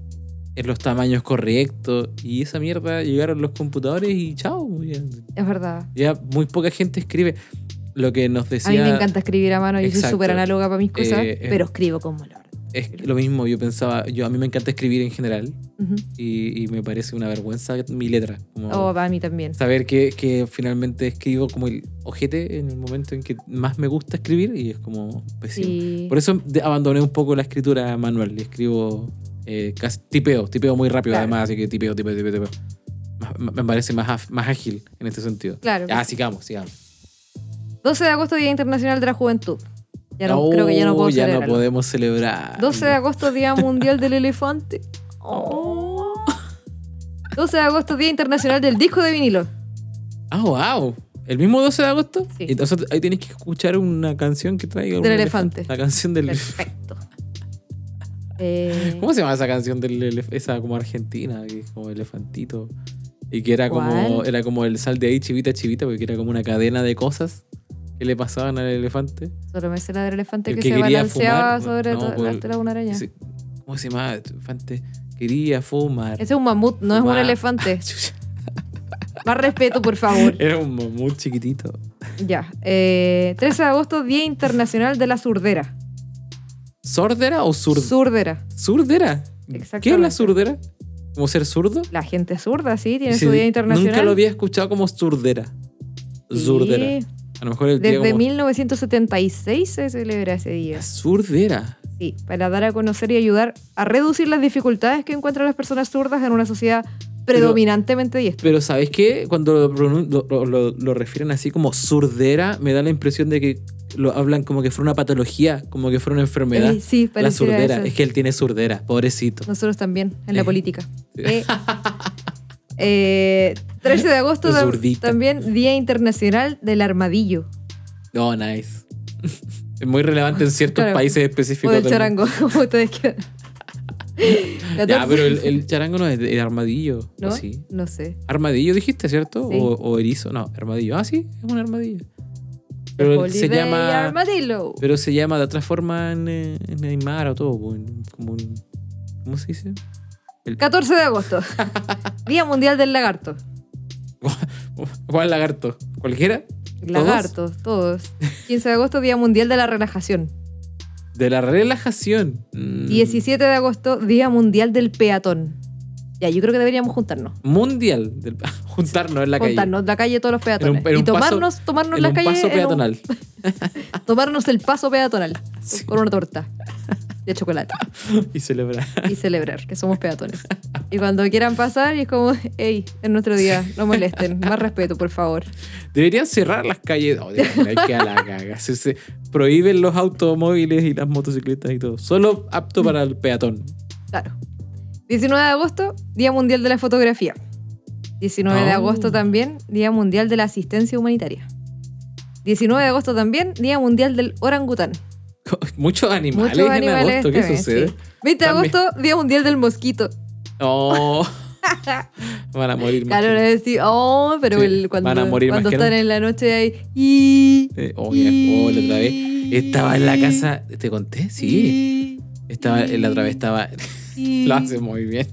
en los tamaños correctos. Y esa mierda llegaron los computadores y chao. Ya,
Es verdad.
ya muy poca gente escribe. Lo que nos
A mí
decía.
me encanta escribir a mano. Yo soy
Exacto.
súper análoga para mis cosas,
Eh, eh.
pero escribo con valor.
Es lo mismo, yo pensaba, yo a mí me encanta escribir en general.
Ujú.
y, y me parece una vergüenza mi letra. Como
Oh, para mí también.
Saber que, que finalmente escribo como el ojete en el momento en que más me gusta escribir y es como pésimo.
Sí.
Por eso de- abandoné un poco la escritura manual. Le escribo eh, casi tipeo, tipeo muy rápido
Claro.
además, así que tipeo, tipeo, tipeo, tipeo. Más- más- Me parece más, af- más ágil en este sentido.
Claro. que
Ya,
sí.
sigamos, sigamos.
12 de agosto, Día Internacional de la Juventud. Ya no, creo que ya no
Oh,
puedo
ya no
celebrarlo.
podemos celebrar.
12 de agosto, Día Mundial del Elefante. Oh. 12 de agosto, Día Internacional del Disco de Vinilo.
Ah, wow. El mismo 12 de agosto.
Sí.
Entonces ahí tienes que escuchar una canción que traiga. un
Del elefante.
La canción del
Perfecto. Eh,
¿Cómo se llama esa canción del elef- esa como argentina? Que es como elefantito. Y que era como,
¿Cuál?
era como el sal de ahí chivita chivita, porque era como una cadena de cosas que le pasaban al elefante.
Solo me sé la del elefante
El
que,
que
se
quería
balanceaba
fumar, pues.
sobre
no,
to-
por-
las telas de una araña.
Ese- ¿Cómo se llama? Elefante quería fumar.
Ese es un mamut, no es un
Fumar.
elefante.
Chucha,
Más respeto, por favor.
Era un mamut chiquitito.
Ya. Eh, 13 de agosto, Día Internacional de la Surdera.
¿Sordera o zurd
Surdera.
¿Surdera? ¿Qué es la
Exactamente.
surdera? ¿Como ser zurdo?
La gente zurda, sí, tiene
Sí,
su Día
sí.
Internacional.
Nunca lo había escuchado como surdera.
Sí.
Zurdera. A lo mejor el día
Desde
como-
1976 se celebra ese día.
La surdera.
Sí, para dar a conocer y ayudar a reducir las dificultades que encuentran las personas zurdas en una sociedad predominantemente diestra.
Pero ¿sabes qué? Cuando lo, pronun- lo- lo- lo- lo refieren así como surdera, me da la impresión de que lo hablan como que fuera una patología, como que fuera una enfermedad.
Eh, sí,
la
pareciera
surdera,
eso.
es que él tiene surdera, pobrecito.
Nosotros también, en la
Eh.
política. Eh. Eh, 13 de agosto tam-
Zurdita.
también Día Internacional del Armadillo.
No, Oh, nice. Es muy relevante en ciertos
Claro.
países
O
específicos.
del
del
charango, como ustedes quieran.
mundo. Ya,
14.
pero el, el charango no es de- el armadillo. ¿o
¿No?
sí?
no sé.
Armadillo dijiste, ¿cierto?
Sí.
O, o erizo. No, armadillo. Ah, sí, es un armadillo.
The
Pero
Holiday
se llama.
Armadillo.
Pero se llama de otra forma en, eh, en Aymara o todo, po, en- como un- ¿Cómo se dice? El-
14 de agosto. Día Mundial del Lagarto.
¿Cuál lagarto? ¿Cualquiera? ¿Todos?
Lagartos, todos. 15 de agosto, Día Mundial de la Relajación.
De la relajación. Mm.
17 de agosto, Día Mundial del Peatón. Ya, yo creo que deberíamos juntarnos.
Mundial. del- juntarnos en la
juntarnos la calle todos los peatones.
en un
y tomarnos,
calle.
tomarnos
En
la
un
calle.
paso
en un-
peatonal.
tomarnos el paso peatonal
Sí.
con una torta de chocolate
Y celebrar.
y celebrar que somos peatones. Y cuando quieran pasar, y es como, hey, es nuestro día, no molesten, más respeto, por favor.
Deberían cerrar las calles. Oh, No, déjame, que a la caga. Se, se- prohíben los automóviles y las motocicletas y todo. Solo
Mm.
apto para el peatón.
Claro. 19 de agosto, Día Mundial de la Fotografía. 19 de
Oh.
agosto también, Día Mundial de la Asistencia Humanitaria. 19 de agosto también, Día Mundial del Orangután.
Muchos animales
Muchos
en
animales
agosto.
este
¿Qué
mes,
sucede?
sí. 20 de
También.
agosto, Día Mundial del Mosquito.
No. Van a morir más.
Claro,
que-
le decía, oh, pero
Sí,
el- cuando,
van a morir más
cuando
que
están
nunca.
en la noche ahí, y,
Eh, oh, ya, oh, la otra vez. Estaba en la casa. ¿Te conté? Sí. Estaba, la otra vez estaba. Lo hace muy bien.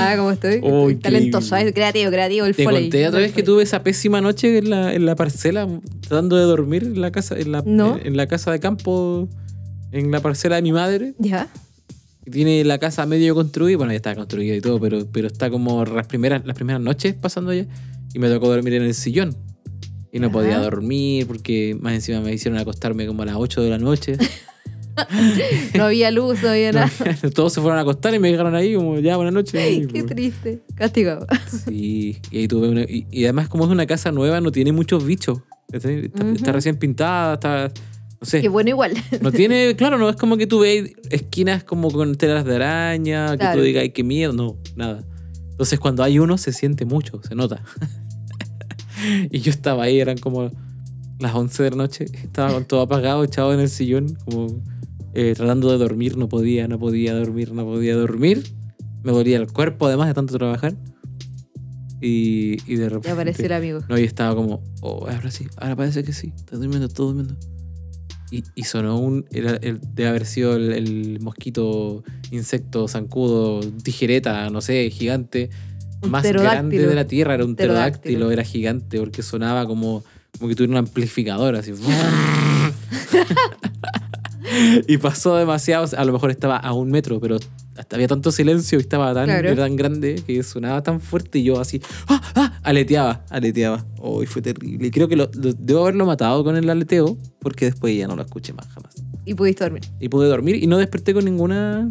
Ah, ¿cómo estoy?
Oh,
Estoy talentoso,
increíble.
ay, creativo, creativo, el
Te
foley.
conté la otra
el
vez que
foley.
tuve esa pésima noche en la, en la parcela, tratando de dormir en la casa, en la,
No.
en, en la casa de campo, en la parcela de mi madre,
¿Ya?
que tiene la casa medio construida, bueno ya está construida y todo, pero, pero está como las primeras, las primeras noches pasando ya, y me tocó dormir en el sillón. Y no
Ajá.
podía dormir porque más encima me hicieron acostarme como a las 8 de la noche.
No había luz, no había nada.
Todos se fueron a acostar y me dejaron ahí como ya buenas noches. Y,
Qué triste. Castigado.
Sí, y ahí tuve una- y, y además, como es una casa nueva, no tiene muchos bichos. Está, está- está
Ujú.
recién pintada, está. No
Qué
sé.
bueno igual.
No tiene. Claro, no es como que tú veis esquinas como con telas de araña, que
Claro.
tú digas, ay, qué miedo. No, nada. Entonces, cuando hay uno, se siente mucho, se nota. y yo estaba ahí, eran como las 11 de la noche, estaba con todo apagado, echado en el sillón, como eh, tratando de dormir, no podía, no podía dormir, no podía dormir. Me dolía el cuerpo, además de tanto trabajar. Y, y de repente.
Ya apareció el amigo.
No, y estaba como, oh, ahora sí, ahora parece que sí, está durmiendo, está durmiendo. Y, y sonó un, era el, debe haber sido el, el mosquito, insecto, zancudo, tijereta, no sé, gigante,
Un
más grande
pterodáctilo.
de la tierra, era un
Pterodáctilo.
pterodáctilo, era gigante, porque sonaba como, como que tuviera un amplificador, así. y pasó demasiado, a lo mejor estaba a un metro, pero hasta había tanto silencio y estaba tan,
Claro.
era tan grande que sonaba tan fuerte y yo así, ¡ah! ¡ah! aleteaba, aleteaba. Oh, y fue terrible. Y creo que lo, lo- debo haberlo matado con el aleteo, porque después ya no lo escuché más jamás.
Y pudiste dormir.
Y pude dormir y no desperté con ninguna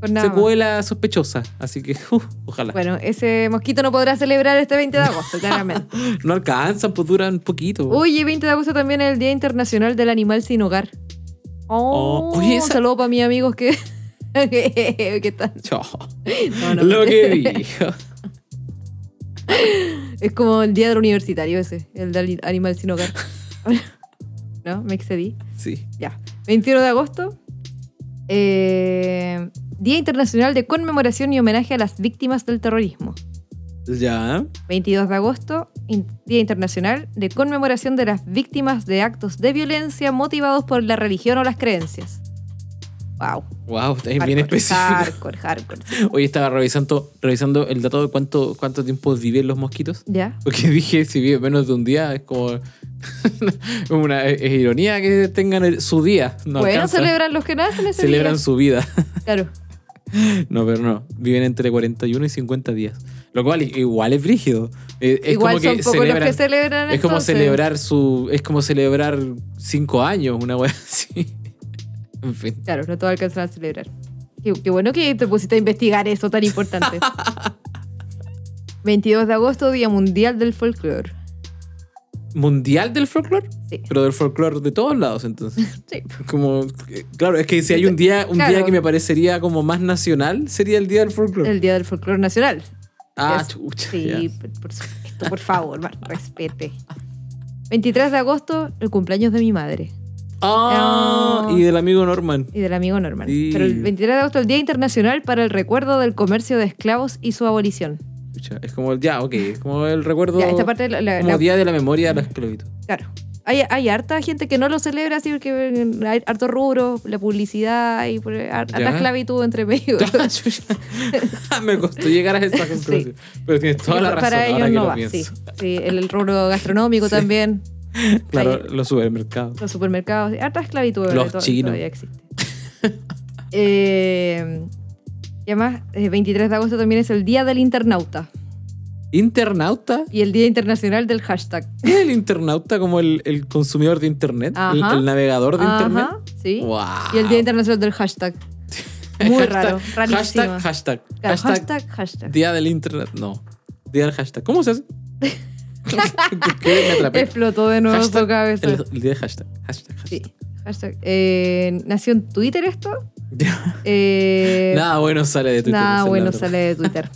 Por nada más.
secuela sospechosa. Así que, uf, ojalá.
Bueno, ese mosquito no podrá celebrar este 20 de agosto, claramente.
No alcanzan, pues duran poquito.
Oye, 20 de agosto también es el Día Internacional del Animal Sin Hogar. Oh,
Oh, oye,
Un
esa-
saludo para mis amigos que. que están.
Chao.
no, no.
Lo que dijo.
Es como el día del universitario ese, el del animal sin hogar. no, me excedí.
Sí.
Ya. 21 de agosto. eh, Día Internacional de Conmemoración y Homenaje a las Víctimas del Terrorismo.
Ya.
22 de agosto, in- Día Internacional de Conmemoración de las Víctimas de Actos de Violencia motivados por la religión o las creencias. Wow.
Wow, está bien específico.
Hardcore, hardcore. sí.
Hoy estaba revisando, revisando el dato de cuánto, cuánto tiempo viven los mosquitos.
¿Ya?
Porque dije, si viven menos de un día, es como. una, es ironía que tengan el- su día. No
bueno,
alcanza.
celebran los que nacen ese
Celebran
día.
su vida.
Claro.
No, pero no. Viven entre 41 y 50 días. Lo cual i- igual es brígido. Eh, Es
Igual
como
son
que
pocos los que
celebran.
celebran
Es como
entonces.
celebrar su. Es como celebrar cinco años, una wea así. En fin.
Claro, no todos alcanzan a celebrar. Qué, qué bueno que te pusiste a investigar eso tan importante. 22 de agosto, Día Mundial del Folclore.
mundial del folclore,
Sí.
pero del folclore de todos lados entonces.
Sí.
Como eh, claro, es que si hay un día un
Claro.
día que me parecería como más nacional sería el día del folclore.
El Día del Folclore Nacional.
Ah,
es-
chucha.
Sí,
ya.
por, por supuesto, por favor, Mar, respete. 23 de agosto, el cumpleaños de mi madre
Ah,
Ah.
y del amigo Norman.
y del amigo Norman.
Sí.
Pero el 23 de agosto, el Día Internacional para el Recuerdo del Comercio de Esclavos y su abolición.
Chucha, Es como el- ya, ok, es como el recuerdo
Ya, esta parte la- la-
como
la-
día de la memoria de la esclavitud.
Claro. Hay, hay harta gente que no lo celebra así porque hay harto rubro, la publicidad y por- har- harta
Ya.
esclavitud entre medio.
Me costó llegar a esa conclusión. Pero tienes toda la razón
Para
ahora
ellos
que
no
lo
va. Sí,
pienso.
sí, el, el rubro gastronómico también,
Claro,
Ahí.
los supermercados.
los supermercados, harta esclavitud
Los
to-
chinos.
todavía existe. Eh, y además, el 23 de agosto también es el Día del Internauta
¿Internauta?
y el Día Internacional del Hashtag.
¿Es el internauta como el, el consumidor de internet? El,
Ajá.
el navegador de internet?
Ajá, sí.
Wow.
Y el Día Internacional del Hashtag. Muy raro,
Eh,
rarísimo.
Hashtag, hashtag,
Claro,
hashtag,
hashtag, hashtag.
Día del internet. No. Día del hashtag. ¿Cómo se hace? ¿Por qué me atrapé?
Explotó de nuevo
Hashtag,
su cabeza.
El, el día de hashtag. Hashtag, hashtag.
Sí. Hashtag. Eh, ¿Nació en Twitter esto?
Ya.
Eh,
Nada bueno sale de Twitter.
nada
esa es la
bueno
verdad.
sale de Twitter.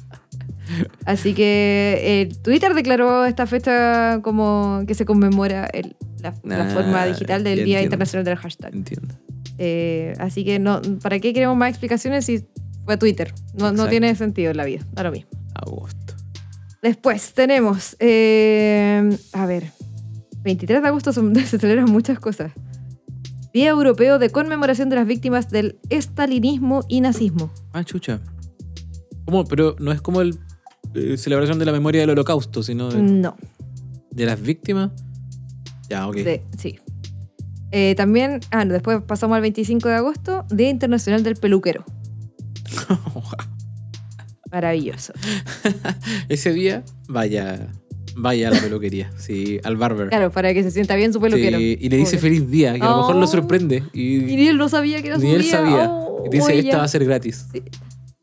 Así que eh, Twitter declaró esta fecha como que se conmemora el- la,
Ah,
la forma digital del
ya
Día
entiendo.
Internacional del Hashtag.
Entiendo.
Eh, así que no, ¿para qué queremos más explicaciones si fue Twitter? No, no
Exacto.
tiene sentido en la vida, ahora mismo.
Agosto.
Después tenemos, eh, a ver, 23 de agosto son- se celebran muchas cosas. Día Europeo de Conmemoración de las Víctimas del Estalinismo y Nazismo.
Ah, chucha. ¿Cómo? Pero no es como el eh, celebración de la memoria del holocausto, sino de,
No,
de las víctimas. Ya, ok.
de- sí. Eh, también, ah, no, después pasamos al 25 de agosto, Día Internacional del Peluquero. Maravilloso.
Ese día, vaya, vaya a la peluquería. sí, al barber.
Claro, para que se sienta bien su peluquero.
Sí, y le dice
Obvio.
feliz día, que a lo mejor
Oh.
lo sorprende. Y,
Y él no sabía que era su
ni él
día.
sabía.
Oh,
y dice,
oye,
esta va a ser gratis.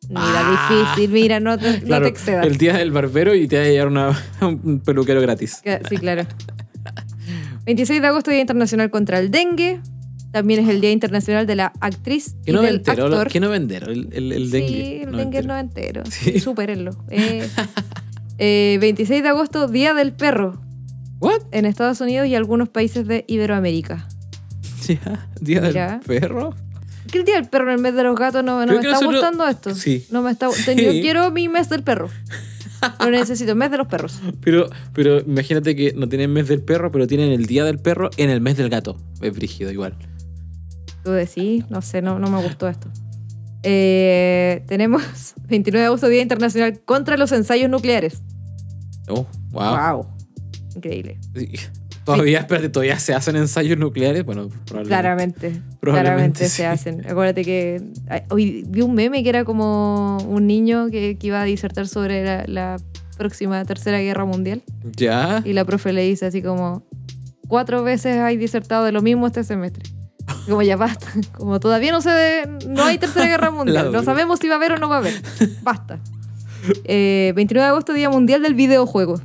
Mira,
Ah.
difícil, mira, no te, no
Claro,
te excedas.
el día del barbero y te va a llevar una- un peluquero gratis.
Ca- Sí, claro. 26 de agosto, Día Internacional contra el Dengue. También es el Día Internacional de la Actriz y
¿Qué no
del
entero?
Actor.
¿Qué no vender? El, el, el dengue.
Sí, el dengue
entero.
no entero.
Sí.
Supérenlo. Eh, eh, 26 de agosto, Día del Perro
¿What?
en Estados Unidos y algunos países de Iberoamérica.
Ya, Día
Mira.
del perro.
¿Qué el Día del Perro en el mes de los gatos? No, no
Creo
me
que
está
nosotros-
gustando esto.
Sí.
No me está gu-
Sí.
Yo quiero mi mes del perro. Lo necesito, mes de los perros.
Pero, pero imagínate que no tienen mes del perro, pero tienen el día del perro en el mes del gato. Es brígido igual.
Tú decís, no sé, no, no me gustó esto. Eh, tenemos 29 de agosto, Día Internacional contra los Ensayos Nucleares.
Oh, wow.
¡Wow! Increíble.
Sí. Todavía, espérate, todavía se hacen ensayos nucleares. Bueno, probablemente.
Claramente.
Probablemente
Claramente
sí.
se hacen. Acuérdate que ay, hoy vi un meme que era como un niño que, que iba a disertar sobre la, la próxima Tercera Guerra Mundial
Ya.
y la profe le dice así como, cuatro veces hay disertado de lo mismo este semestre. Y Como ya basta, como todavía no se de- no hay tercera guerra
La
mundial, no
dura.
sabemos si va a haber o no va a haber, basta. Eh, 29 de agosto, Día Mundial del Videojuego.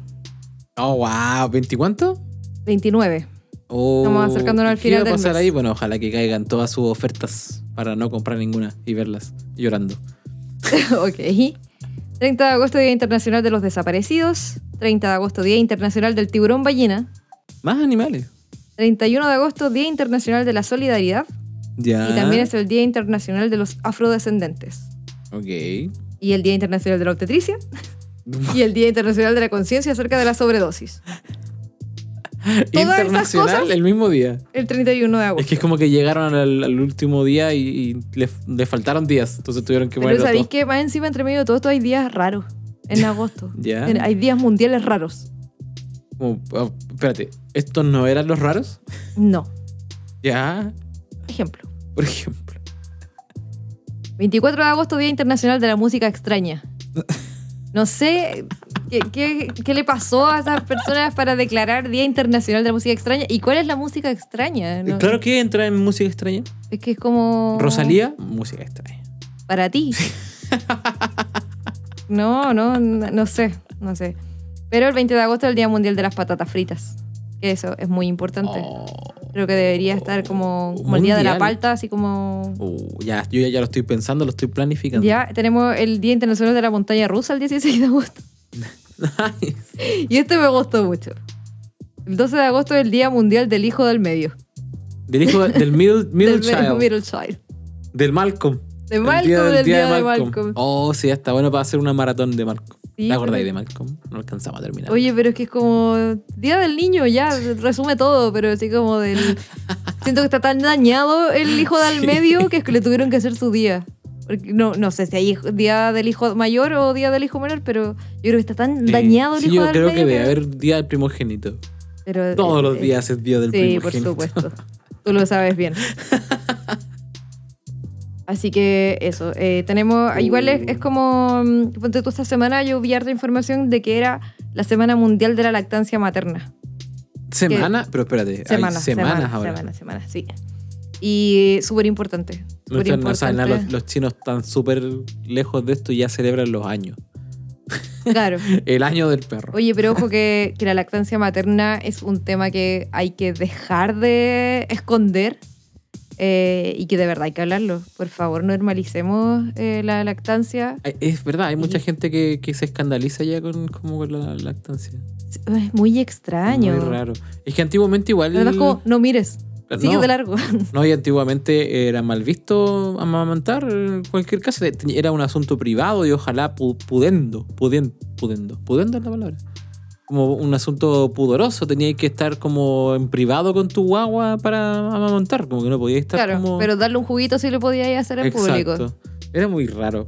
Oh, wow. ¿20 cuánto?
29.
Oh,
Estamos acercándonos
¿y
al
qué
final
va a
del
pasar
mes.
ahí? Bueno, ojalá que caigan todas sus ofertas para no comprar ninguna y verlas llorando.
ok. 30 de agosto, Día Internacional de los Desaparecidos. 30 de agosto, Día Internacional del Tiburón Ballena.
Más animales.
31 de agosto, Día Internacional de la Solidaridad.
Ya.
Y también es el Día Internacional de los Afrodescendentes.
Ok.
y el Día Internacional de la Obstetricia y el Día Internacional de la Conciencia acerca de la sobredosis. Todas esas
Internacional
cosas-
el mismo día.
El 31 de
Es
agosto.
que es como que llegaron al, al último día y, y le, le faltaron días, entonces tuvieron que
Pero
ponerlo
sabéis
todo.
que más encima entre medio de todo esto hay días raros en agosto.
Ya.
Hay días mundiales raros.
Como, ah, espérate, ¿estos no eran los raros?
No.
Ya,
Ejemplo.
por ejemplo.
24 de agosto, Día Internacional de la Música Extraña. No sé qué, qué- qué le pasó a esas personas para declarar Día Internacional de la Música Extraña. ¿Y cuál es la música extraña? No-
Claro que entra en música extraña.
Es que es como...
Rosalía, música extraña.
para ti. No, no, no no sé, no sé. Pero el 20 de agosto es el Día Mundial de las Patatas Fritas. Que eso es muy importante.
Oh,
Creo que debería estar como, como el Día de la
Mundial.
Palta, así como...
oh, ya, yo ya, ya lo estoy pensando, lo estoy planificando.
Ya tenemos el Día Internacional de la Montaña Rusa el 16 de agosto. Y este me gustó mucho. El 12 de agosto es el Día Mundial del Hijo del Medio.
del hijo del middle, middle
del me-
child,
middle child.
del Malcolm.
De
El
Malcolm,
día- el
del
día
día, de Malcolm.
Oh, sí, ya está bueno para hacer una maratón de Malcolm.
Sí,
¿Te acordáis
pero-
de Malcolm? No alcanzamos a terminar.
Oye, pero es que es como Día del Niño, ya resume todo, pero así como del... Siento que está tan dañado el hijo del
Sí.
medio que es que le tuvieron que hacer su día. Porque no, no sé si hay hijo- día del hijo mayor o día del hijo menor, pero yo creo que está tan
Sí.
dañado el
Sí,
hijo
yo
del
creo
medio.
que debe haber día del primogénito.
pero- pero-
Todos los
eh,
días es día del
Sí, por
primogénito.
supuesto. Tú lo sabes bien. Así que eso, eh, tenemos, igual es,
Uh.
es como, mm, ponte tú esta semana yo vi harta información de que era la Semana Mundial de la Lactancia Materna.
Semana, pero espérate,
Semanas,
hay semanas
semanas,
ahora.
semanas, semanas, sí. Y eh, súper importante.
No,
súper
están- no saben nada,
importante.
los, los chinos están súper lejos de esto y ya celebran los años.
Claro.
El año del perro.
Oye, pero ojo que, que la lactancia materna es un tema que hay que dejar de esconder eh, y que de verdad hay que hablarlo. Por favor, normalicemos eh, la lactancia.
Ay, Eh, Es verdad, hay mucha
Sí.
gente que, que se escandaliza ya con, como con la lactancia.
Es muy extraño.
Muy raro. Es que antiguamente igual.
Además, como, no mires,
no,
sigue de largo.
no, y antiguamente era mal visto amamantar. En cualquier caso, te- era un asunto privado y ojalá pu- pudendo. Pudien, pudendo. Pudendo es la palabra. Como un asunto pudoroso. Tenías que estar como en privado con tu guagua para amamantar. Como que no podías estar
claro,
como.
pero darle un juguito sí lo podíais hacer en público.
Exacto. Era muy raro.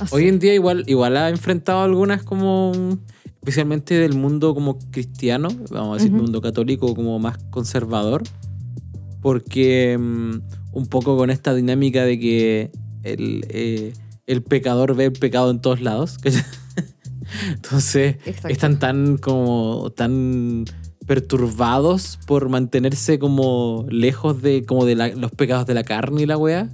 No sé.
Hoy en día igual, igual ha enfrentado algunas como especialmente del mundo como cristiano, vamos a decir
Ujú.
mundo católico como más conservador, porque mm, un poco con esta dinámica de que el, eh, el pecador ve el pecado en todos lados, ¿cachai? entonces
Exacto.
están tan como tan perturbados por mantenerse como lejos de como de la- los pecados de la carne y la weá.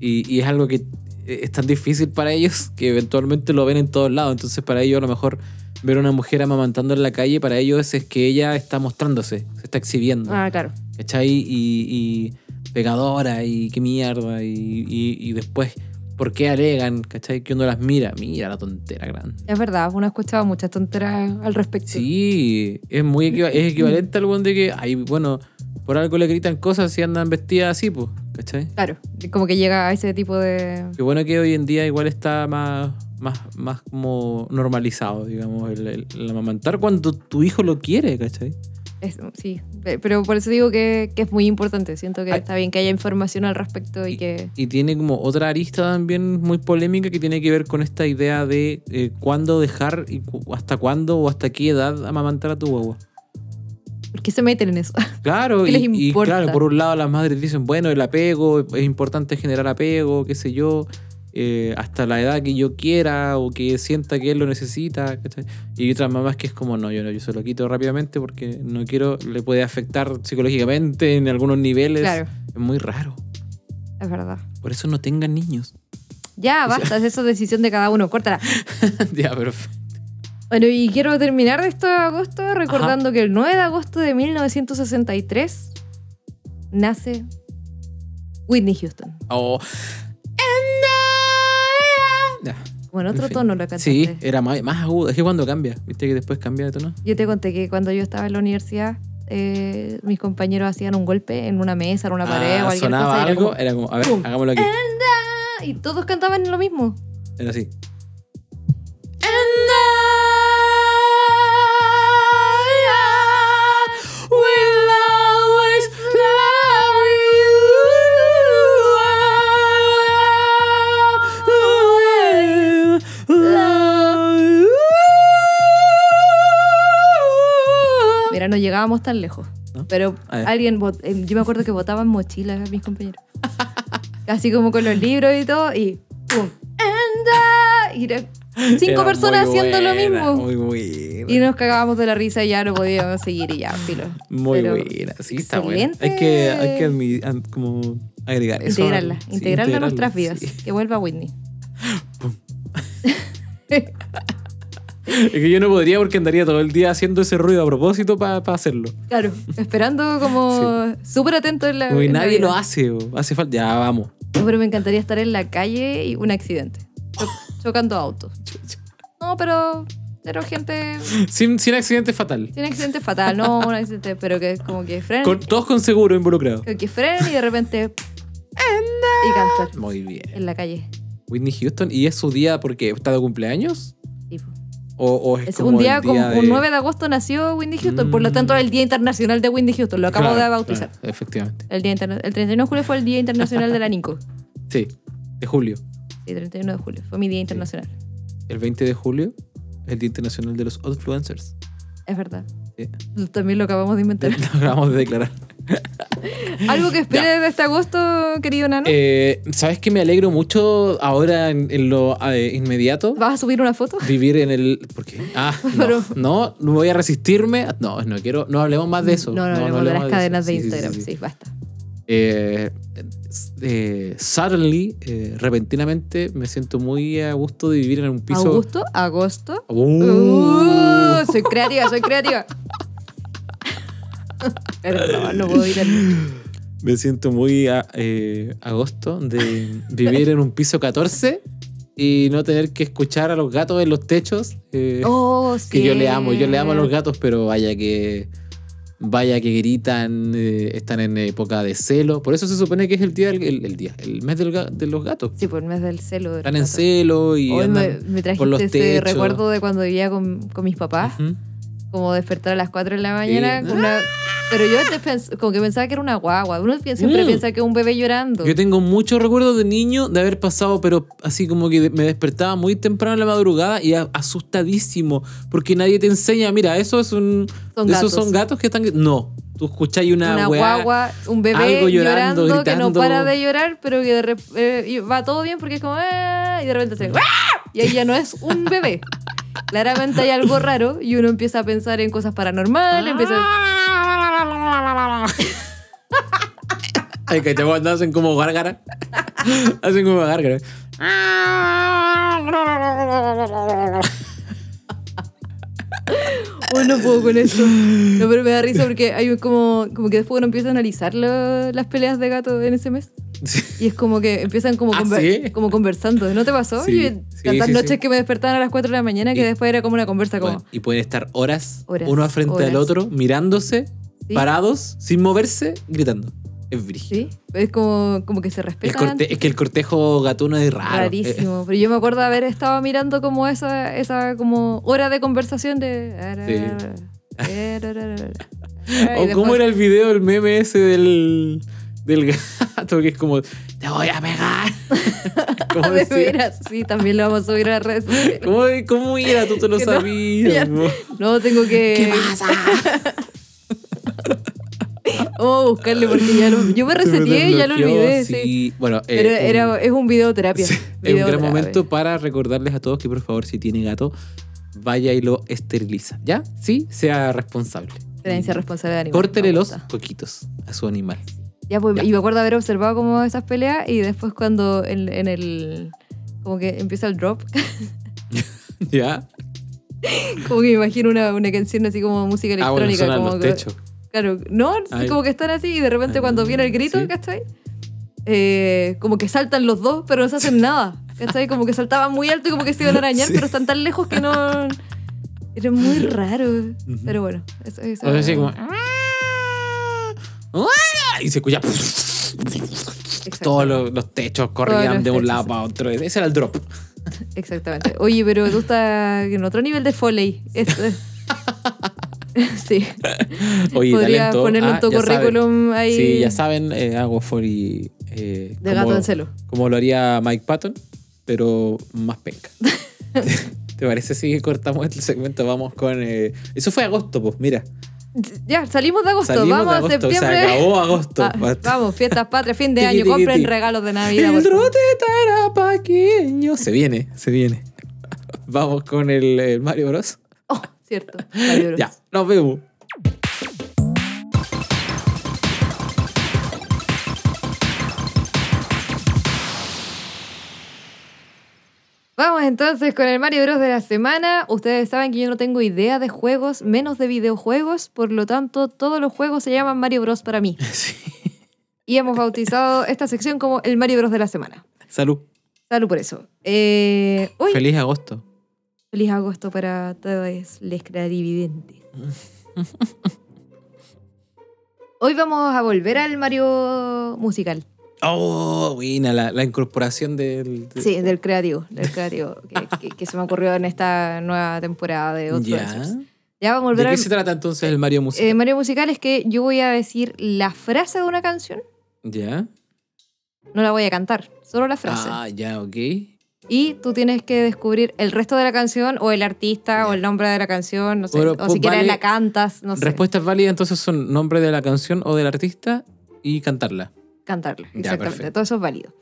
Y, y es algo que eh, es tan difícil para ellos que eventualmente lo ven en todos lados. Entonces para ellos a lo mejor ver a una mujer amamantando en la calle, para ellos es que ella está mostrándose, se está exhibiendo.
Ah, claro.
¿Cachai? Y, y pegadora y qué mierda. Y, y- y después, ¿por qué alegan? ¿Cachai? Que uno las mira. Mira la tontera grande.
Es verdad, uno ha escuchado muchas tonteras al respecto.
Sí, es muy equiva- es equivalente al buen de que, ay, bueno, por algo le gritan cosas y andan vestidas así, pues, ¿cachai?
Claro, como que llega a ese tipo de...
Qué bueno que hoy en día igual está más, más, más como normalizado, digamos, el, el- el amamantar cuando tu hijo lo quiere, ¿cachai?
Es- sí, pe- pero por eso digo que, que es muy importante. Siento que
Ay.
está bien que haya información al respecto y que...
Y tiene como otra arista también muy polémica que tiene que ver con esta idea de eh, cuándo dejar y cu- hasta cuándo o hasta qué edad amamantar a tu guagua.
¿Por qué se meten en eso?
Claro,
¿Qué
y,
les
y
importa?
claro, por un lado las madres dicen, bueno, el apego, es importante generar apego, qué sé yo, eh, hasta la edad que yo quiera o que sienta que él lo necesita. ¿cachai? Y hay otras mamás que es como, no, yo no, yo se lo quito rápidamente porque no quiero, le puede afectar psicológicamente en algunos niveles.
Claro,
Es muy raro.
es verdad.
Por eso no tengan niños.
Ya, basta, esa es decisión de cada uno, córtala.
ya, perfecto.
Bueno, y quiero terminar de esto de agosto recordando que el 9 de agosto de 1963 nace Whitney Houston.
Oh. And I- Ya,
Bueno, otro
en fin.
tono lo cantaste.
Sí, era más, más agudo. Es que cuando cambia, viste que después cambia de tono.
Yo te conté que cuando yo estaba en la universidad, eh, mis compañeros hacían un golpe en una mesa, en una pared o
Ah,
cualquier cosa.
sonaba
y era
algo,
como,
era como, a ver,
¡pum!
hagámoslo aquí.
"Ah", y todos cantaban lo mismo.
Era así.
Mira, no llegábamos tan lejos.
¿No?
Pero
Ah, ya.
alguien, vot- eh, yo me acuerdo que votaban mochilas mis compañeros. Así como con los libros y todo, y ¡pum! ¡Anda! Y era cinco
Era
personas
muy
haciendo lo
buena,
mismo.
Muy buena.
Y nos cagábamos de la risa y ya no podíamos seguir y ya, filo.
Muy
Pero
buena, sí, está buena.
excelente.
Hay que, hay que admi- an- como agregar eso.
Integrarla,
Sí,
integrarla a nuestras vidas.
sí.
Que vuelva Whitney.
Es que yo no podría porque andaría todo el día haciendo ese ruido a propósito para hacerlo.
Claro, esperando como súper atento en la.
Porque
en la
nadie
vida.
lo hace, bo. hace falta. Ya, vamos.
No, pero me encantaría estar en la calle y un accidente. cho- chocando autos. No, pero. Pero gente.
Sin, sin accidente fatal.
Tiene accidente fatal, no un accidente, pero que como que frenen.
Con, todos con seguro involucrado.
Que, que frenen y de repente. Y cantar
Muy bien.
en la calle.
Whitney Houston, ¿y es su día porque está de cumpleaños?
Tipo.
O, o es
Es
como
un día,
el
como
día
un
de-
9 de agosto nació Whitney Houston, por lo
Mm.
tanto el Día Internacional de Whitney Houston, lo acabo
Claro,
de bautizar.
claro, efectivamente.
El, día interna- el 31 de julio fue el Día Internacional de la Nico.
Sí, de julio.
El 31 de julio fue mi Día Internacional.
El 20 de julio, el Día Internacional de los Outfluencers.
Es verdad.
Sí.
También lo acabamos de inventar.
Lo acabamos de declarar.
Algo que esperes de este agosto, querido Nano.
Eh, ¿Sabes que me alegro mucho ahora en, en lo eh, inmediato?
¿Vas a subir una foto?
Vivir en el. ¿Por qué? Ah, no,
Pero-
no, no voy a resistirme. a- No, no quiero. No hablemos más de eso.
No, no, hablemos de las cadenas de,
eso. Sí, sí,
Instagram.
sí, sí.
sí, basta.
Eh, eh, suddenly, eh, repentinamente, me siento muy a gusto de vivir en un piso.
Augusto, agosto.
Uh.
Uh, soy creativa, soy creativa. Perdón, no puedo ir al-
Me siento muy a, eh, agosto de vivir en un piso 14 y no tener que escuchar a los gatos en los techos. eh,
Oh,
que yo le amo, yo le amo a los
cierto.
gatos, pero vaya que. Vaya que gritan, eh, están en época de celo. Por eso se supone que es el día, del- el, el día, el mes del ga- de los gatos.
Sí, por el mes del celo. del
Están en
gato.
celo y.
Hoy me,
andan-
me
por los
trajiste ese
techos.
recuerdo de cuando vivía con, con mis papás,
Ujú.
como despertar a las 4 de la mañana.
Sí.
con una- pero yo te pens- como que pensaba que era una guagua. Uno pi- siempre
Mm.
piensa que es un bebé llorando.
Yo tengo muchos recuerdos de niño de haber pasado, pero así como que de- me despertaba muy temprano en la madrugada y a- asustadísimo, porque nadie te enseña, mira, eso es un... esos
Son gatos.
son gatos que están... No, tú escucháis una,
una
weá,
guagua, un bebé
algo llorando,
llorando, que no
gritando.
para de llorar, pero que de rep- eh, y va todo bien porque es como "Ah", y de repente se "Ah", y ahí ya no es un bebé. Claramente hay algo raro y uno empieza a pensar en cosas paranormales, empieza
Ay, que te cuando hacen como gárgara. hacen como gárgara.
Uy, "Oh, no puedo con eso. No, pero me da risa porque hay como, como que después uno empieza a analizar lo- las peleas de gato en ese mes. Y es como que empiezan como,
¿Ah,
conver-
sí?
como conversando. ¿No te pasó?
Sí,
Yo,
sí,
tantas
sí,
noches
sí.
que me despertaban a las 4 de la mañana que
Y-
después era como una conversa como...
Bueno, y pueden estar horas,
Horas,
uno al frente
horas.
al otro, mirándose,
Sí.
parados, sin moverse, gritando. Es brígido.
Sí, es como, como que se
El
respetan.
corte- es que el cortejo gatuno es raro. Eh,
Rarísimo. Pero yo me acuerdo haber estado mirando como esa, esa como hora de conversación de... Y
o oh, cómo
después-
era el video, el meme ese del, del gato, que es como, te voy a pegar. ¿Cómo,
De
decía?
veras, sí, también lo vamos a subir a las redes sociales.
¿Cómo, cómo era? Tú te lo
Que no, ya.
sabías. po.
No, tengo que...
¿Qué pasa?
Vamos a buscarle porque ya lo- yo me reseteé y ya lo
desbloqueó,
olvidé. Sí.
sí. Bueno, eh,
Pero
un-
era, es un videoterapia.
sí, es un gran
videoterapia.
momento para recordarles a todos que por favor, si tiene gato, vaya y lo esteriliza. ¿Ya? Sí, sea responsable.
Tenencia responsable de animales.
Córtele
me
los
gusta.
coquitos a su animal.
Ya, pues,
Ya.
Y me acuerdo haber observado como esas peleas y después cuando en, en el... Como que empieza el drop.
¿Ya?
Como que me imagino una, una canción así como música
Ah, bueno,
electrónica.
sonan
como
los
que-
techos.
Claro, no,
Ay.
como que están así y de repente
Ah,
cuando viene el grito,
sí.
¿cachai? Eh, como que saltan los dos, pero no se hacen nada. ¿Cachai? Como que saltaban muy alto y como que se iban a arañar,
Sí.
pero están tan lejos que no. Era muy raro. Pero bueno, eso, eso-
O sea, así como, ¡Ah! Y se escucha. Todos los, los techos corrían
los
de un
techos,
lado
sí.
para otro. Ese era el drop.
Exactamente. Oye, pero tú estás en otro nivel de foley. Esto- sí.
Oye,
Podría
talento.
ponerlo en
Ah,
tu
ya saben.
currículum ahí.
Sí, ya saben, eh, hago fori. eh,
De
como-
gato en celo.
Como lo haría Mike Patton, pero más penca. ¿Te parece si cortamos el segmento? Vamos con. eh, Eso fue agosto, pues, mira.
Ya, salimos de agosto.
Salimos
vamos
de agosto,
a septiembre.
se acabó agosto.
Ah, vamos, fiestas patrias, fin de año,
Tiqui, tiqui,
compren
tiqui.
regalos de Navidad.
El
por favor.
trote tarapaqueño. Se viene, se viene. Vamos con el, eh, Mario Bros.
Oh, cierto. Mario Bros.
Ya, nos vemos.
Vamos entonces con el Mario Bros de la semana. Ustedes saben que yo no tengo idea de juegos, menos de videojuegos, por lo tanto todos los juegos se llaman Mario Bros para mí. Y hemos bautizado esta sección como el Mario Bros de la semana.
Salud.
Salud por eso. Eh, uy, feliz.
Feliz agosto.
agosto para todos los clarividentes. Hoy vamos a volver al Mario musical.
Oh, buena, la, la incorporación del. de-
Sí, del creativo, del creativo que, que- que se me ocurrió en esta nueva temporada de
ya.
Outfluencers. Ya va a volver
¿De
al
qué se trata entonces el Mario Music?
eh, Mario Musical es que yo voy a decir la frase de una canción,
ya.
no la voy a cantar, solo la frase.
Ah, ya, ok.
Y tú tienes que descubrir el resto de la canción o el artista o el nombre de la canción, no sé,
Pero,
o
pues,
siquiera
vale.
la cantas, no sé,
Respuestas válidas entonces son nombre de la canción o del artista y cantarla.
cantarla.
Ya,
Exactamente,
perfecto.
todo eso es válido.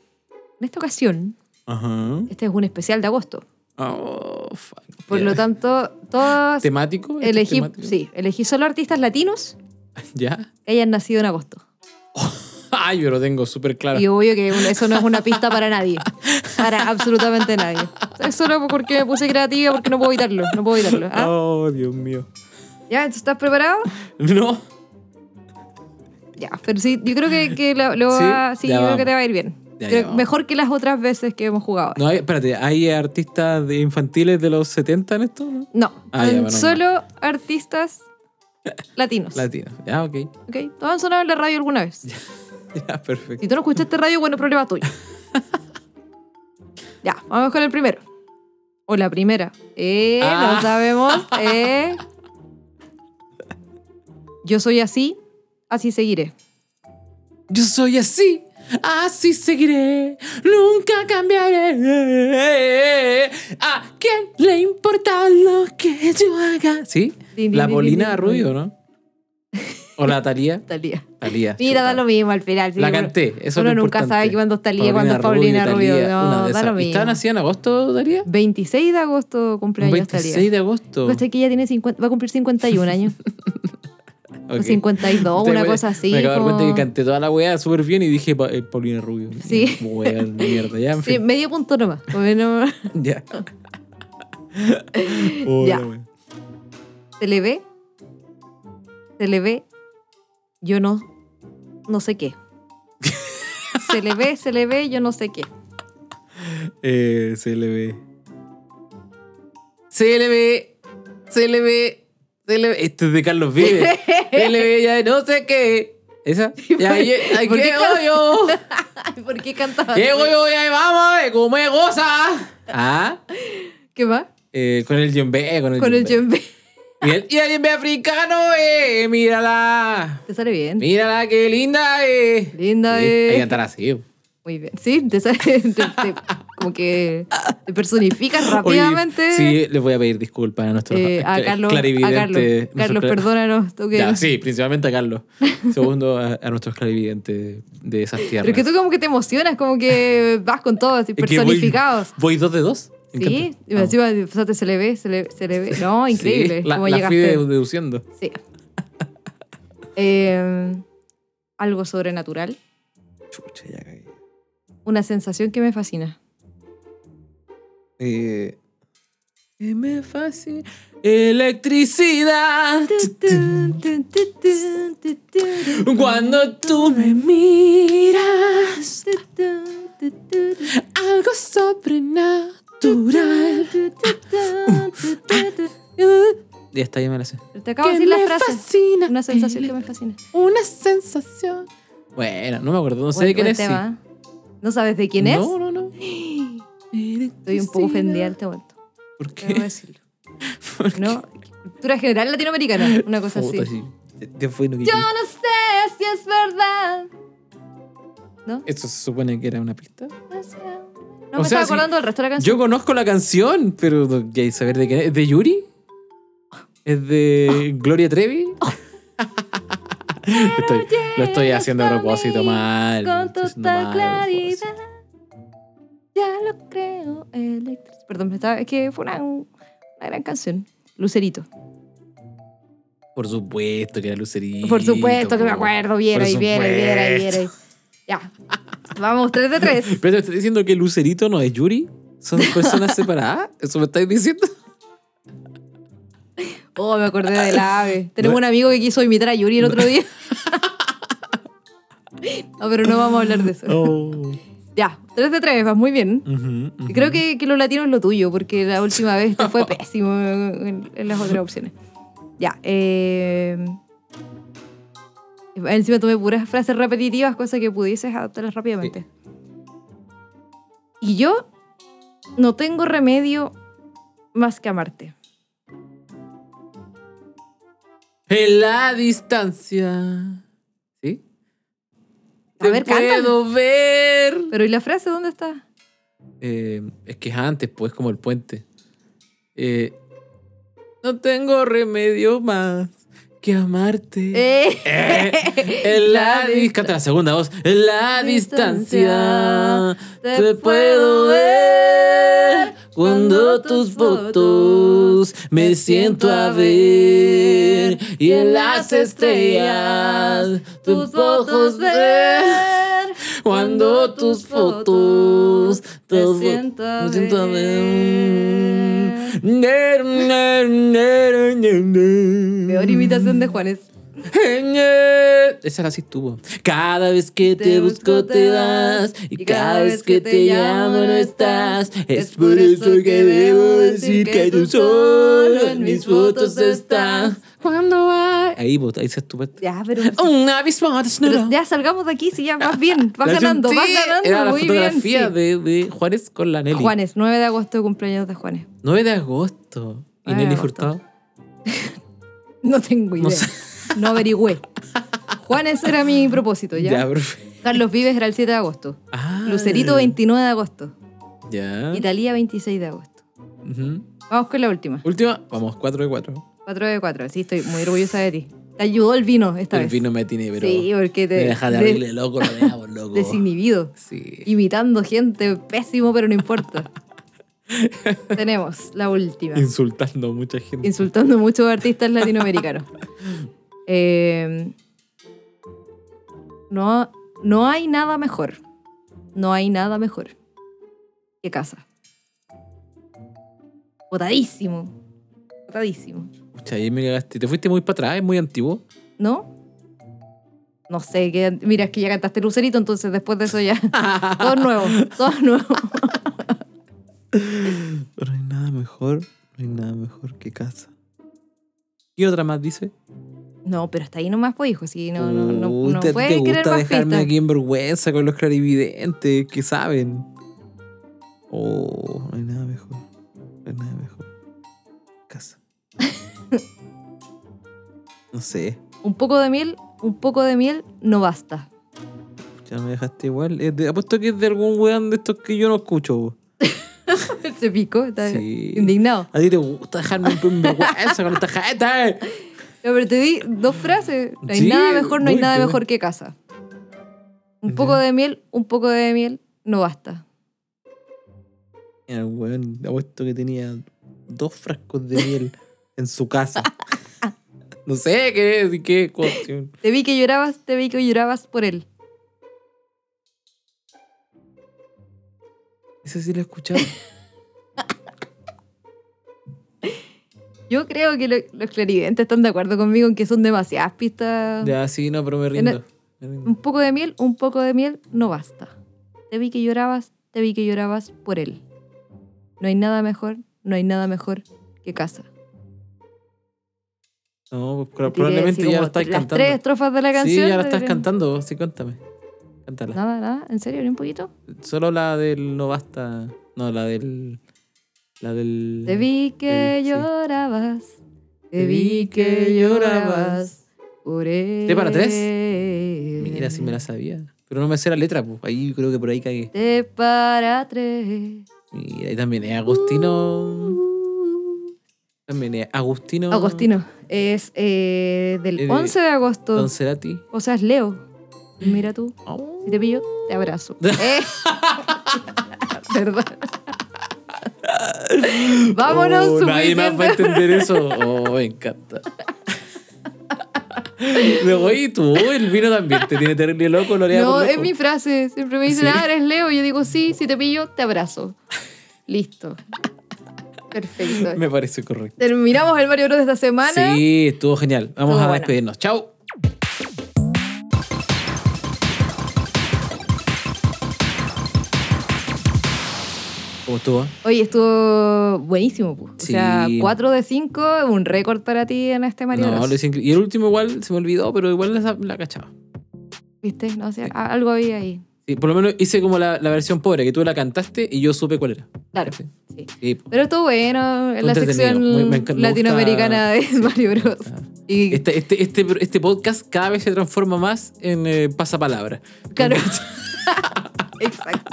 En esta ocasión,
Ajá.
este es un especial de agosto,
Oh, fuck.
por
Ya.
lo tanto, todos
¿Temático? ¿Este es
elegí,
temático?
sí, elegí solo artistas latinos
¿Ya?
que hayan nacido en agosto.
Ay, yo lo tengo súper claro.
Y obvio que bueno, eso no es una pista para nadie. Para absolutamente nadie. Es solo porque me puse creativa, porque no puedo evitarlo. No puedo evitarlo. ¿ah?
Oh, Dios mío.
¿Ya? entonces, ¿Estás preparado?
No.
Ya, pero sí, yo creo que, que lo, lo
Sí,
va- sí,
ya
yo
vamos.
creo que te va a ir bien.
Ya, ya
Creo-
vamos.
mejor que las otras veces que hemos jugado. No,
no hay, espérate, ¿hay artistas de infantiles de los 70 en esto? ¿No? Ah, ya,
son
bueno,
solo artistas latinos.
Latinos. Ya, ok.
¿ok? Todos han sonado en la radio alguna vez.
Ya, perfecto.
Si tú no escuchaste radio, bueno, problema tuyo. ya, vamos con el primero. O la primera. Eh,
Ah.
no sabemos. Eh. Yo soy así, así seguiré.
Yo soy así, así seguiré, nunca cambiaré. ¿A quién le importa lo que yo haga? ¿Sí?
Din, din,
La
din,
Polina
din,
Rubio, ¿no? ¿O la Talía?
Talía.
Talía.
Mira, da lo mismo al final. sí,
La
uno-
canté, eso es
uno
lo
nunca
importante.
sabe cuándo es Thalía, cuándo es Paulina Rubio,
Thalía,
no,
una de
da
esas.
lo
¿Y ¿Está
mismo.
nacida en agosto, Talía?
26 de agosto
Un
cumpleaños
26
Talía.
de agosto.
Cuesta que ella tiene 50 va a cumplir 51 años.
Ok.
O 52,
Ustedes
oh, una
me-
cosa así.
Me acabo de dar
como-
cuenta que canté toda la weá súper bien y dije pa- eh, Paulina Rubio.
Sí.
Weón, mierda, ya, en
Sí,
fin.
medio punto nomás. porque no-
Ya. Oh,
Ya.
la weá.
Se le ve. Se le ve. Yo no. No sé qué. Se le ve, se le ve, yo no sé qué.
Eh, CLB. CLB. CLB. CLB. Este es de Carlos Vives. CLB ya no sé qué. ¿Esa? Ya,
por-
ya, ay,
por qué
llego
Carlos-
yo.
Ay, ¿por qué cantaba?
Llego yo y ahí vamos, eh, como me goza. Ah,
¿Qué más?
eh, con el djembe, con el
Con el
djembe.
djembe.
Y el, y el djembe africano, eh, mírala.
Te sale bien.
Mírala, qué linda, eh.
Linda,
Sí,
eh.
Hay que cantar así.
Muy bien. Sí, te sale. te- te- como que te personificas
Oye,
rápidamente.
sí, les voy a pedir disculpas a nuestros
eh, a
cla-
Carlos, a
clarividentes,
Carlos,
nuestros
Carlos,
cla-
perdónanos. tú que-
Ya, sí, principalmente a Carlos. Segundo, a, a nuestros clarividentes de esas tierras.
Pero es que tú como que te emocionas, como que vas con todo, así,
Es que voy-
personificados.
Voy, dos de dos. Me
Sí,
encanta.
y encima empezaste, se le ve, se le, se le ve. No,
Sí,
increíble.
la,
cómo
la fui
llegaste.
dedu- deduciendo.
Sí. Eh, algo sobrenatural.
Chucha, ya caí.
Una sensación que me fascina.
Eh, que me fascina. Electricidad. Cuando tú me miras, algo sobrenatural. Y hasta ahí me la sé.
Te acabo de
Que
decir la
me
frase.
fascina.
Una sensación que me fascina.
Una sensación. Bueno, no me acuerdo, no sé
Buen-
de quién
buen
es. sí.
tema. ¿No sabes de quién es?
No, no, no.
Estoy un poco ofendida en este momento.
¿Por
Debo
qué?
decirlo. ¿No? Cultura general latinoamericana, una cosa así.
Puta, sí. Te- te fue lo que
Yo
quise.
no sé si es verdad. ¿No?
Eso se supone que era una pista.
No sé.
O
No me
sea,
estaba
si-
acordando del resto de la canción.
Yo conozco la canción, pero no- ya hay saber de quién es. ¿Es de Yuri? ¿Es de Gloria Trevi?
Oh.
Estoy- lo estoy haciendo a propósito mal. lo
Con
estoy haciendo mal a propósito.
total claridad. Ya lo creo, Electric. Perdón, me estaba, es que fue una, una gran canción. Lucerito.
Por supuesto que era Lucerito.
Por supuesto que me
po.
acuerdo. Viera
Por
y viera y viera y viera.
supuesto.
y- Ya. Vamos, 3 de 3.
Pero te estoy diciendo que Lucerito no es Yuri. Son personas separadas. ¿Eso me estáis diciendo?
Oh, me acordé del ave. Tenemos
No.
un amigo que quiso imitar a Yuri el otro día. no, pero no vamos a hablar de eso. Ya, 3 de 3, vas muy bien.
Oh, Ujú, ujú.
Creo que, que lo latino es lo tuyo, porque la última vez te fue pésimo en, en las otras opciones. Ya, eh, Encima tomé puras frases repetitivas, cosas que pudieses adaptarlas rápidamente. Y yo no tengo remedio más que amarte.
En la distancia. ¿Sí?
A ver, cántala.
puedo ver.
Pero ¿y la frase dónde está?
Eh, es que es antes, pues, como el puente. Eh, no tengo remedio más que amarte.
Eh.
Eh, en la dis- Canta la segunda voz. En la distancia te puedo ver cuando tus fotos me siento a ver y en las estrellas tus ojos ver. Cuando tus fotos
te
tus fo-
siento a
me siento a ver.
ver. Peor imitación de Juanes.
Esa era así tuvo. Cada vez que te, busco te vas y cada vez que te llamo no estás. Es por eso que debo decir que tú solo en mis fotos estás. Cuando hay ahí vos, ahí se estupete.
Ya, pero.
Un abismo de
pero
desnudo.
ya salgamos de aquí, si ya vas bien, vas
La
ganando, vas
Junti
ganando.
Era la
muy
fotografía
bien,
de, de Juárez con la
sí.
Nelly.
Juanes, 9 de agosto, cumpleaños de Juanes.
9 de agosto. ¿Y
Ah,
Nelly
agosto.
Furtado?
No tengo idea.
No
No,
sé.
averigüé. Juanes era mi propósito, ¿ya?
Ya, perfecto.
Carlos Vives era el 7 de agosto.
Ah,
Lucerito 29 de agosto.
Ya.
Italia 26 de agosto.
Ujú.
Vamos con la última.
Última, vamos, 4 de 4.
4 de 4. Sí, estoy muy orgullosa de ti. Te ayudó el vino esta
El
vez.
vino me tiene, pero.
sí, porque te
me deja de
de-
abrirle loco, lo dejamos loco.
desinhibido.
Sí.
Imitando gente pésimo, pero no importa. Tenemos la última.
Insultando a mucha gente.
Insultando mucho a artistas latinoamericanos. Eh, no, no hay nada mejor. No hay nada mejor que casa. Botadísimo. Botadísimo.
Pucha, ahí me cagaste. Te fuiste muy para atrás, es muy antiguo.
¿No? No sé, qué mira, es que ya cantaste Lucerito, entonces después de eso ya. todo nuevo, todo nuevo.
Pero no hay nada mejor, no hay nada mejor que casa. ¿Y otra más dice?
No, pero hasta ahí nomás, pues, hijo. Si no, no, no, no
Puta, ¿te,
puede querer
gusta
más
dejarme
pistas.
aquí en vergüenza con los clarividentes que saben. Oh, no hay nada mejor. No hay nada mejor. Casa. no sé.
Un poco de miel, un poco de miel no basta.
Ya me dejaste igual. Es de- apuesto que es de algún weón de estos que yo no escucho. bo.
Se picó, está
Sí.
indignado.
A ti te gusta dejarme en vergüenza con esta gente.
No, pero te di dos frases. No hay
Sí,
nada mejor, no hay
uy,
nada
qué
mejor que casa. Un poco
Ya.
de miel, un poco de miel no basta.
El weón, apuesto que tenía dos frascos de miel en su casa. no sé qué es y qué cuestión.
Te vi que llorabas, te vi que llorabas por él.
Ese sí lo he escuchado.
Yo creo que lo- los clarividentes están de acuerdo conmigo en que son demasiadas pistas.
ya, sí, no, pero me
En
rindo.
el-
Me rindo.
Un poco de miel, un poco de miel no basta. Te vi que llorabas, te vi que llorabas por él. No hay nada mejor, no hay nada mejor que casa.
No, pro-
Te tiré así
probablemente ya
como
lo estás
las
cantando.
tres estrofas de la
sí,
canción. eh,
ya la estás
pero-
cantando. Sí, cuéntame. Cántala.
Nada, nada, ¿en serio? ¿Ni un poquito?
Solo la del no basta. No, la del. La del.
Te vi
Eh,
que
Sí, sí.
llorabas,
Te
te
vi
vi
que
que
llorabas
llorabas por él.
para tres? Mira, si me la sabía. Pero no me sé la letra, pues. Ahí creo que por ahí cagué.
Te para tres.
Mira, ahí también es Agustino. También es Agustino.
Agostino, es eh, del
Eh,
11 de agosto.
Don Cerati.
O sea, es Leo. Mira tú,
Oh.
si te pillo, te abrazo. Eh. ¿Verdad? Vámonos,
Oh, nadie más va a
suficiente.
entender eso. Oh, me encanta. Me voy y tú, el vino también te tiene terrible loco, lo haría
No,
por loco.
es mi frase. Siempre me dicen,
Sí.
ah, eres Leo. Y Yo digo, sí, si te pillo, te abrazo. Listo. Perfecto.
Me parece correcto.
Terminamos el Mario Bros de esta semana.
Sí, estuvo genial. Vamos
¿Ah, Estuvo
a
bueno.
despedirnos. Chao. ¿Cómo estuvo?
Oye, estuvo buenísimo. pu. O
Sí.
sea, 4 de 5, un récord para ti en este Mario
No,
Bros.
lo hice incre- Y el último igual se me olvidó, pero igual la, la cachaba.
¿Viste? No, o sea, a- algo había ahí.
Sí, por lo menos hice como la, la versión pobre, que tú la cantaste y yo supe cuál era.
Claro.
Sí.
Sí.
Sí, po.
Pero estuvo bueno en la
Entretenido.
sección
Muy- me encanta- me
latinoamericana
gusta-
de Mario Bros.
me gusta.
Y
Este, este, este, este podcast cada vez se transforma más en eh, pasapalabra.
claro. Exacto.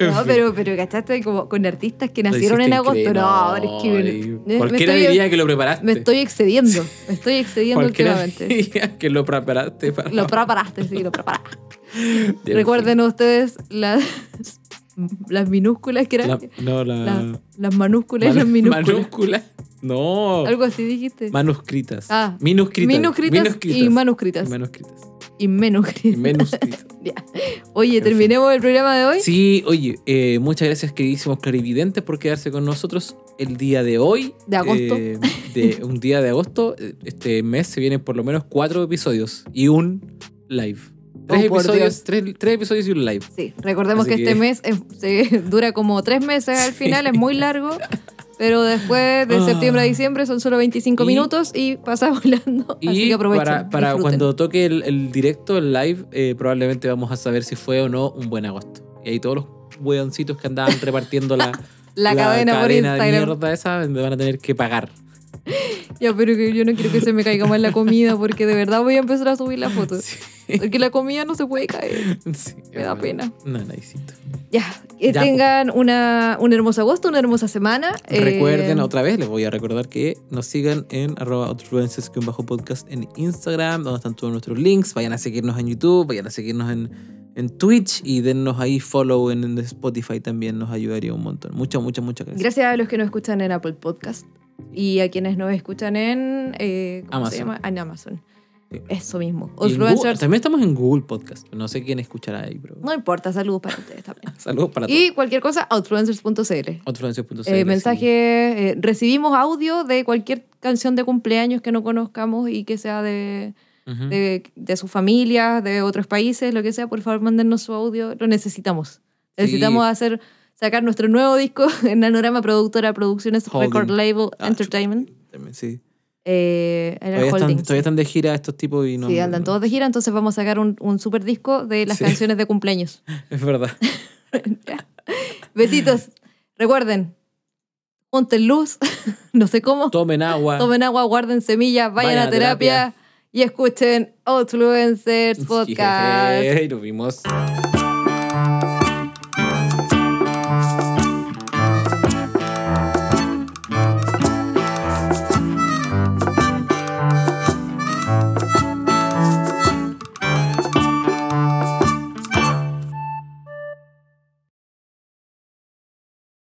No, pero, pero cachaste como con artistas que
Lo
nacieron en
hiciste
agosto.
increíble.
No, es que me-
y
me,
Cualquiera
estoy,
diría que lo preparaste.
me estoy excediendo. Me estoy excediendo
Cualquiera
últimamente.
diría que lo preparaste para.
Lo preparaste, sí, lo preparaste.
Ya,
Recuerden ustedes las, las minúsculas que
en
eran.
fin. La- ah, no, la.
las, las manúsculas y
manu-
las minúsculas.
manúscula. No.
Algo así dijiste.
Manuscritas.
Ah.
Minuscritas.
Minuscritas y
Manuscritas.
manuscritas. y menuscritas.
Y manuscritas.
Ya. Oye,
En
terminemos el programa de hoy.
Sí, oye, eh, muchas gracias queridísimos clarividentes por quedarse con nosotros el día de hoy.
De agosto.
Eh, de un día de agosto. Eh, Este mes se vienen por lo menos cuatro episodios y un live. Tres,
Oh, por
episodios,
Dios.
tres, tres episodios y un live.
Sí, recordemos
Así
que, este
que-
mes es- se- dura como tres meses al
Sí.
final, es muy largo. Pero después de
Ah.
septiembre a diciembre son solo 25
Y-
minutos y pasa volando. así
Y
que aprovechen.
para, para
disfruten.
cuando toque el, el directo, el live, eh, probablemente vamos a saber si fue o no un buen agosto. Y ahí todos los weoncitos que andaban repartiendo la,
la, cadena,
cadena
por
de
Instagram.
mierda esa me van a tener que pagar.
Ya, pero que yo no quiero que se me caiga más la comida porque de verdad voy a empezar a subir las fotos.
Sí,
Porque la comida no se puede caer.
sí,
Me da
bueno.
pena.
No, nadicito.
Ya, que
Ya, pues. po.
tengan una, un hermoso agosto, una hermosa semana. Eh,
Recuerden otra vez, les voy a recordar que nos sigan en arroba outfluencers que un bajo podcast en Instagram, donde están todos nuestros links. Vayan a seguirnos en YouTube, vayan a seguirnos en, en Twitch y dennos ahí follow en, en Spotify también, nos ayudaría un montón. Muchas, muchas, muchas gracias.
Gracias a los que nos escuchan en Apple Podcast y a quienes nos escuchan en, eh, ¿cómo se
Amazon.
llama? En Amazon.
Sí.
Eso
Y
mismo.
en Google-
Influencers,
también estamos en Google Podcast, no sé quién escuchará ahí, pero
no importa, saludos para ustedes también.
saludos para todos.
Y cualquier cosa, outfluencers.cl.
Outfluencers.cl,
Eh,
sí.
mensaje, eh, recibimos audio de cualquier canción de cumpleaños que no conozcamos y que sea de,
Ujú.
de, de sus familias, de otros países, lo que sea, por favor, mándennos su audio. Lo necesitamos. Necesitamos hacer sacar nuestro nuevo disco en Nanorama Productora Producciones
Holding.
Record Label
Ah,
Entertainment.
También, sí.
Eh, en el
Todavía,
holding,
están,
sí.
todavía están de gira estos tipos y no.
Sí, andan
no-
todos de gira, entonces vamos a sacar un, un super disco de las
Sí.
canciones de cumpleaños.
Es verdad.
Besitos. Recuerden, ponten luz, no sé cómo,
Tomen agua.
tomen agua, guarden semillas, vayan, a terapia, y escuchen Outfluencers Podcast.
Y nos vimos.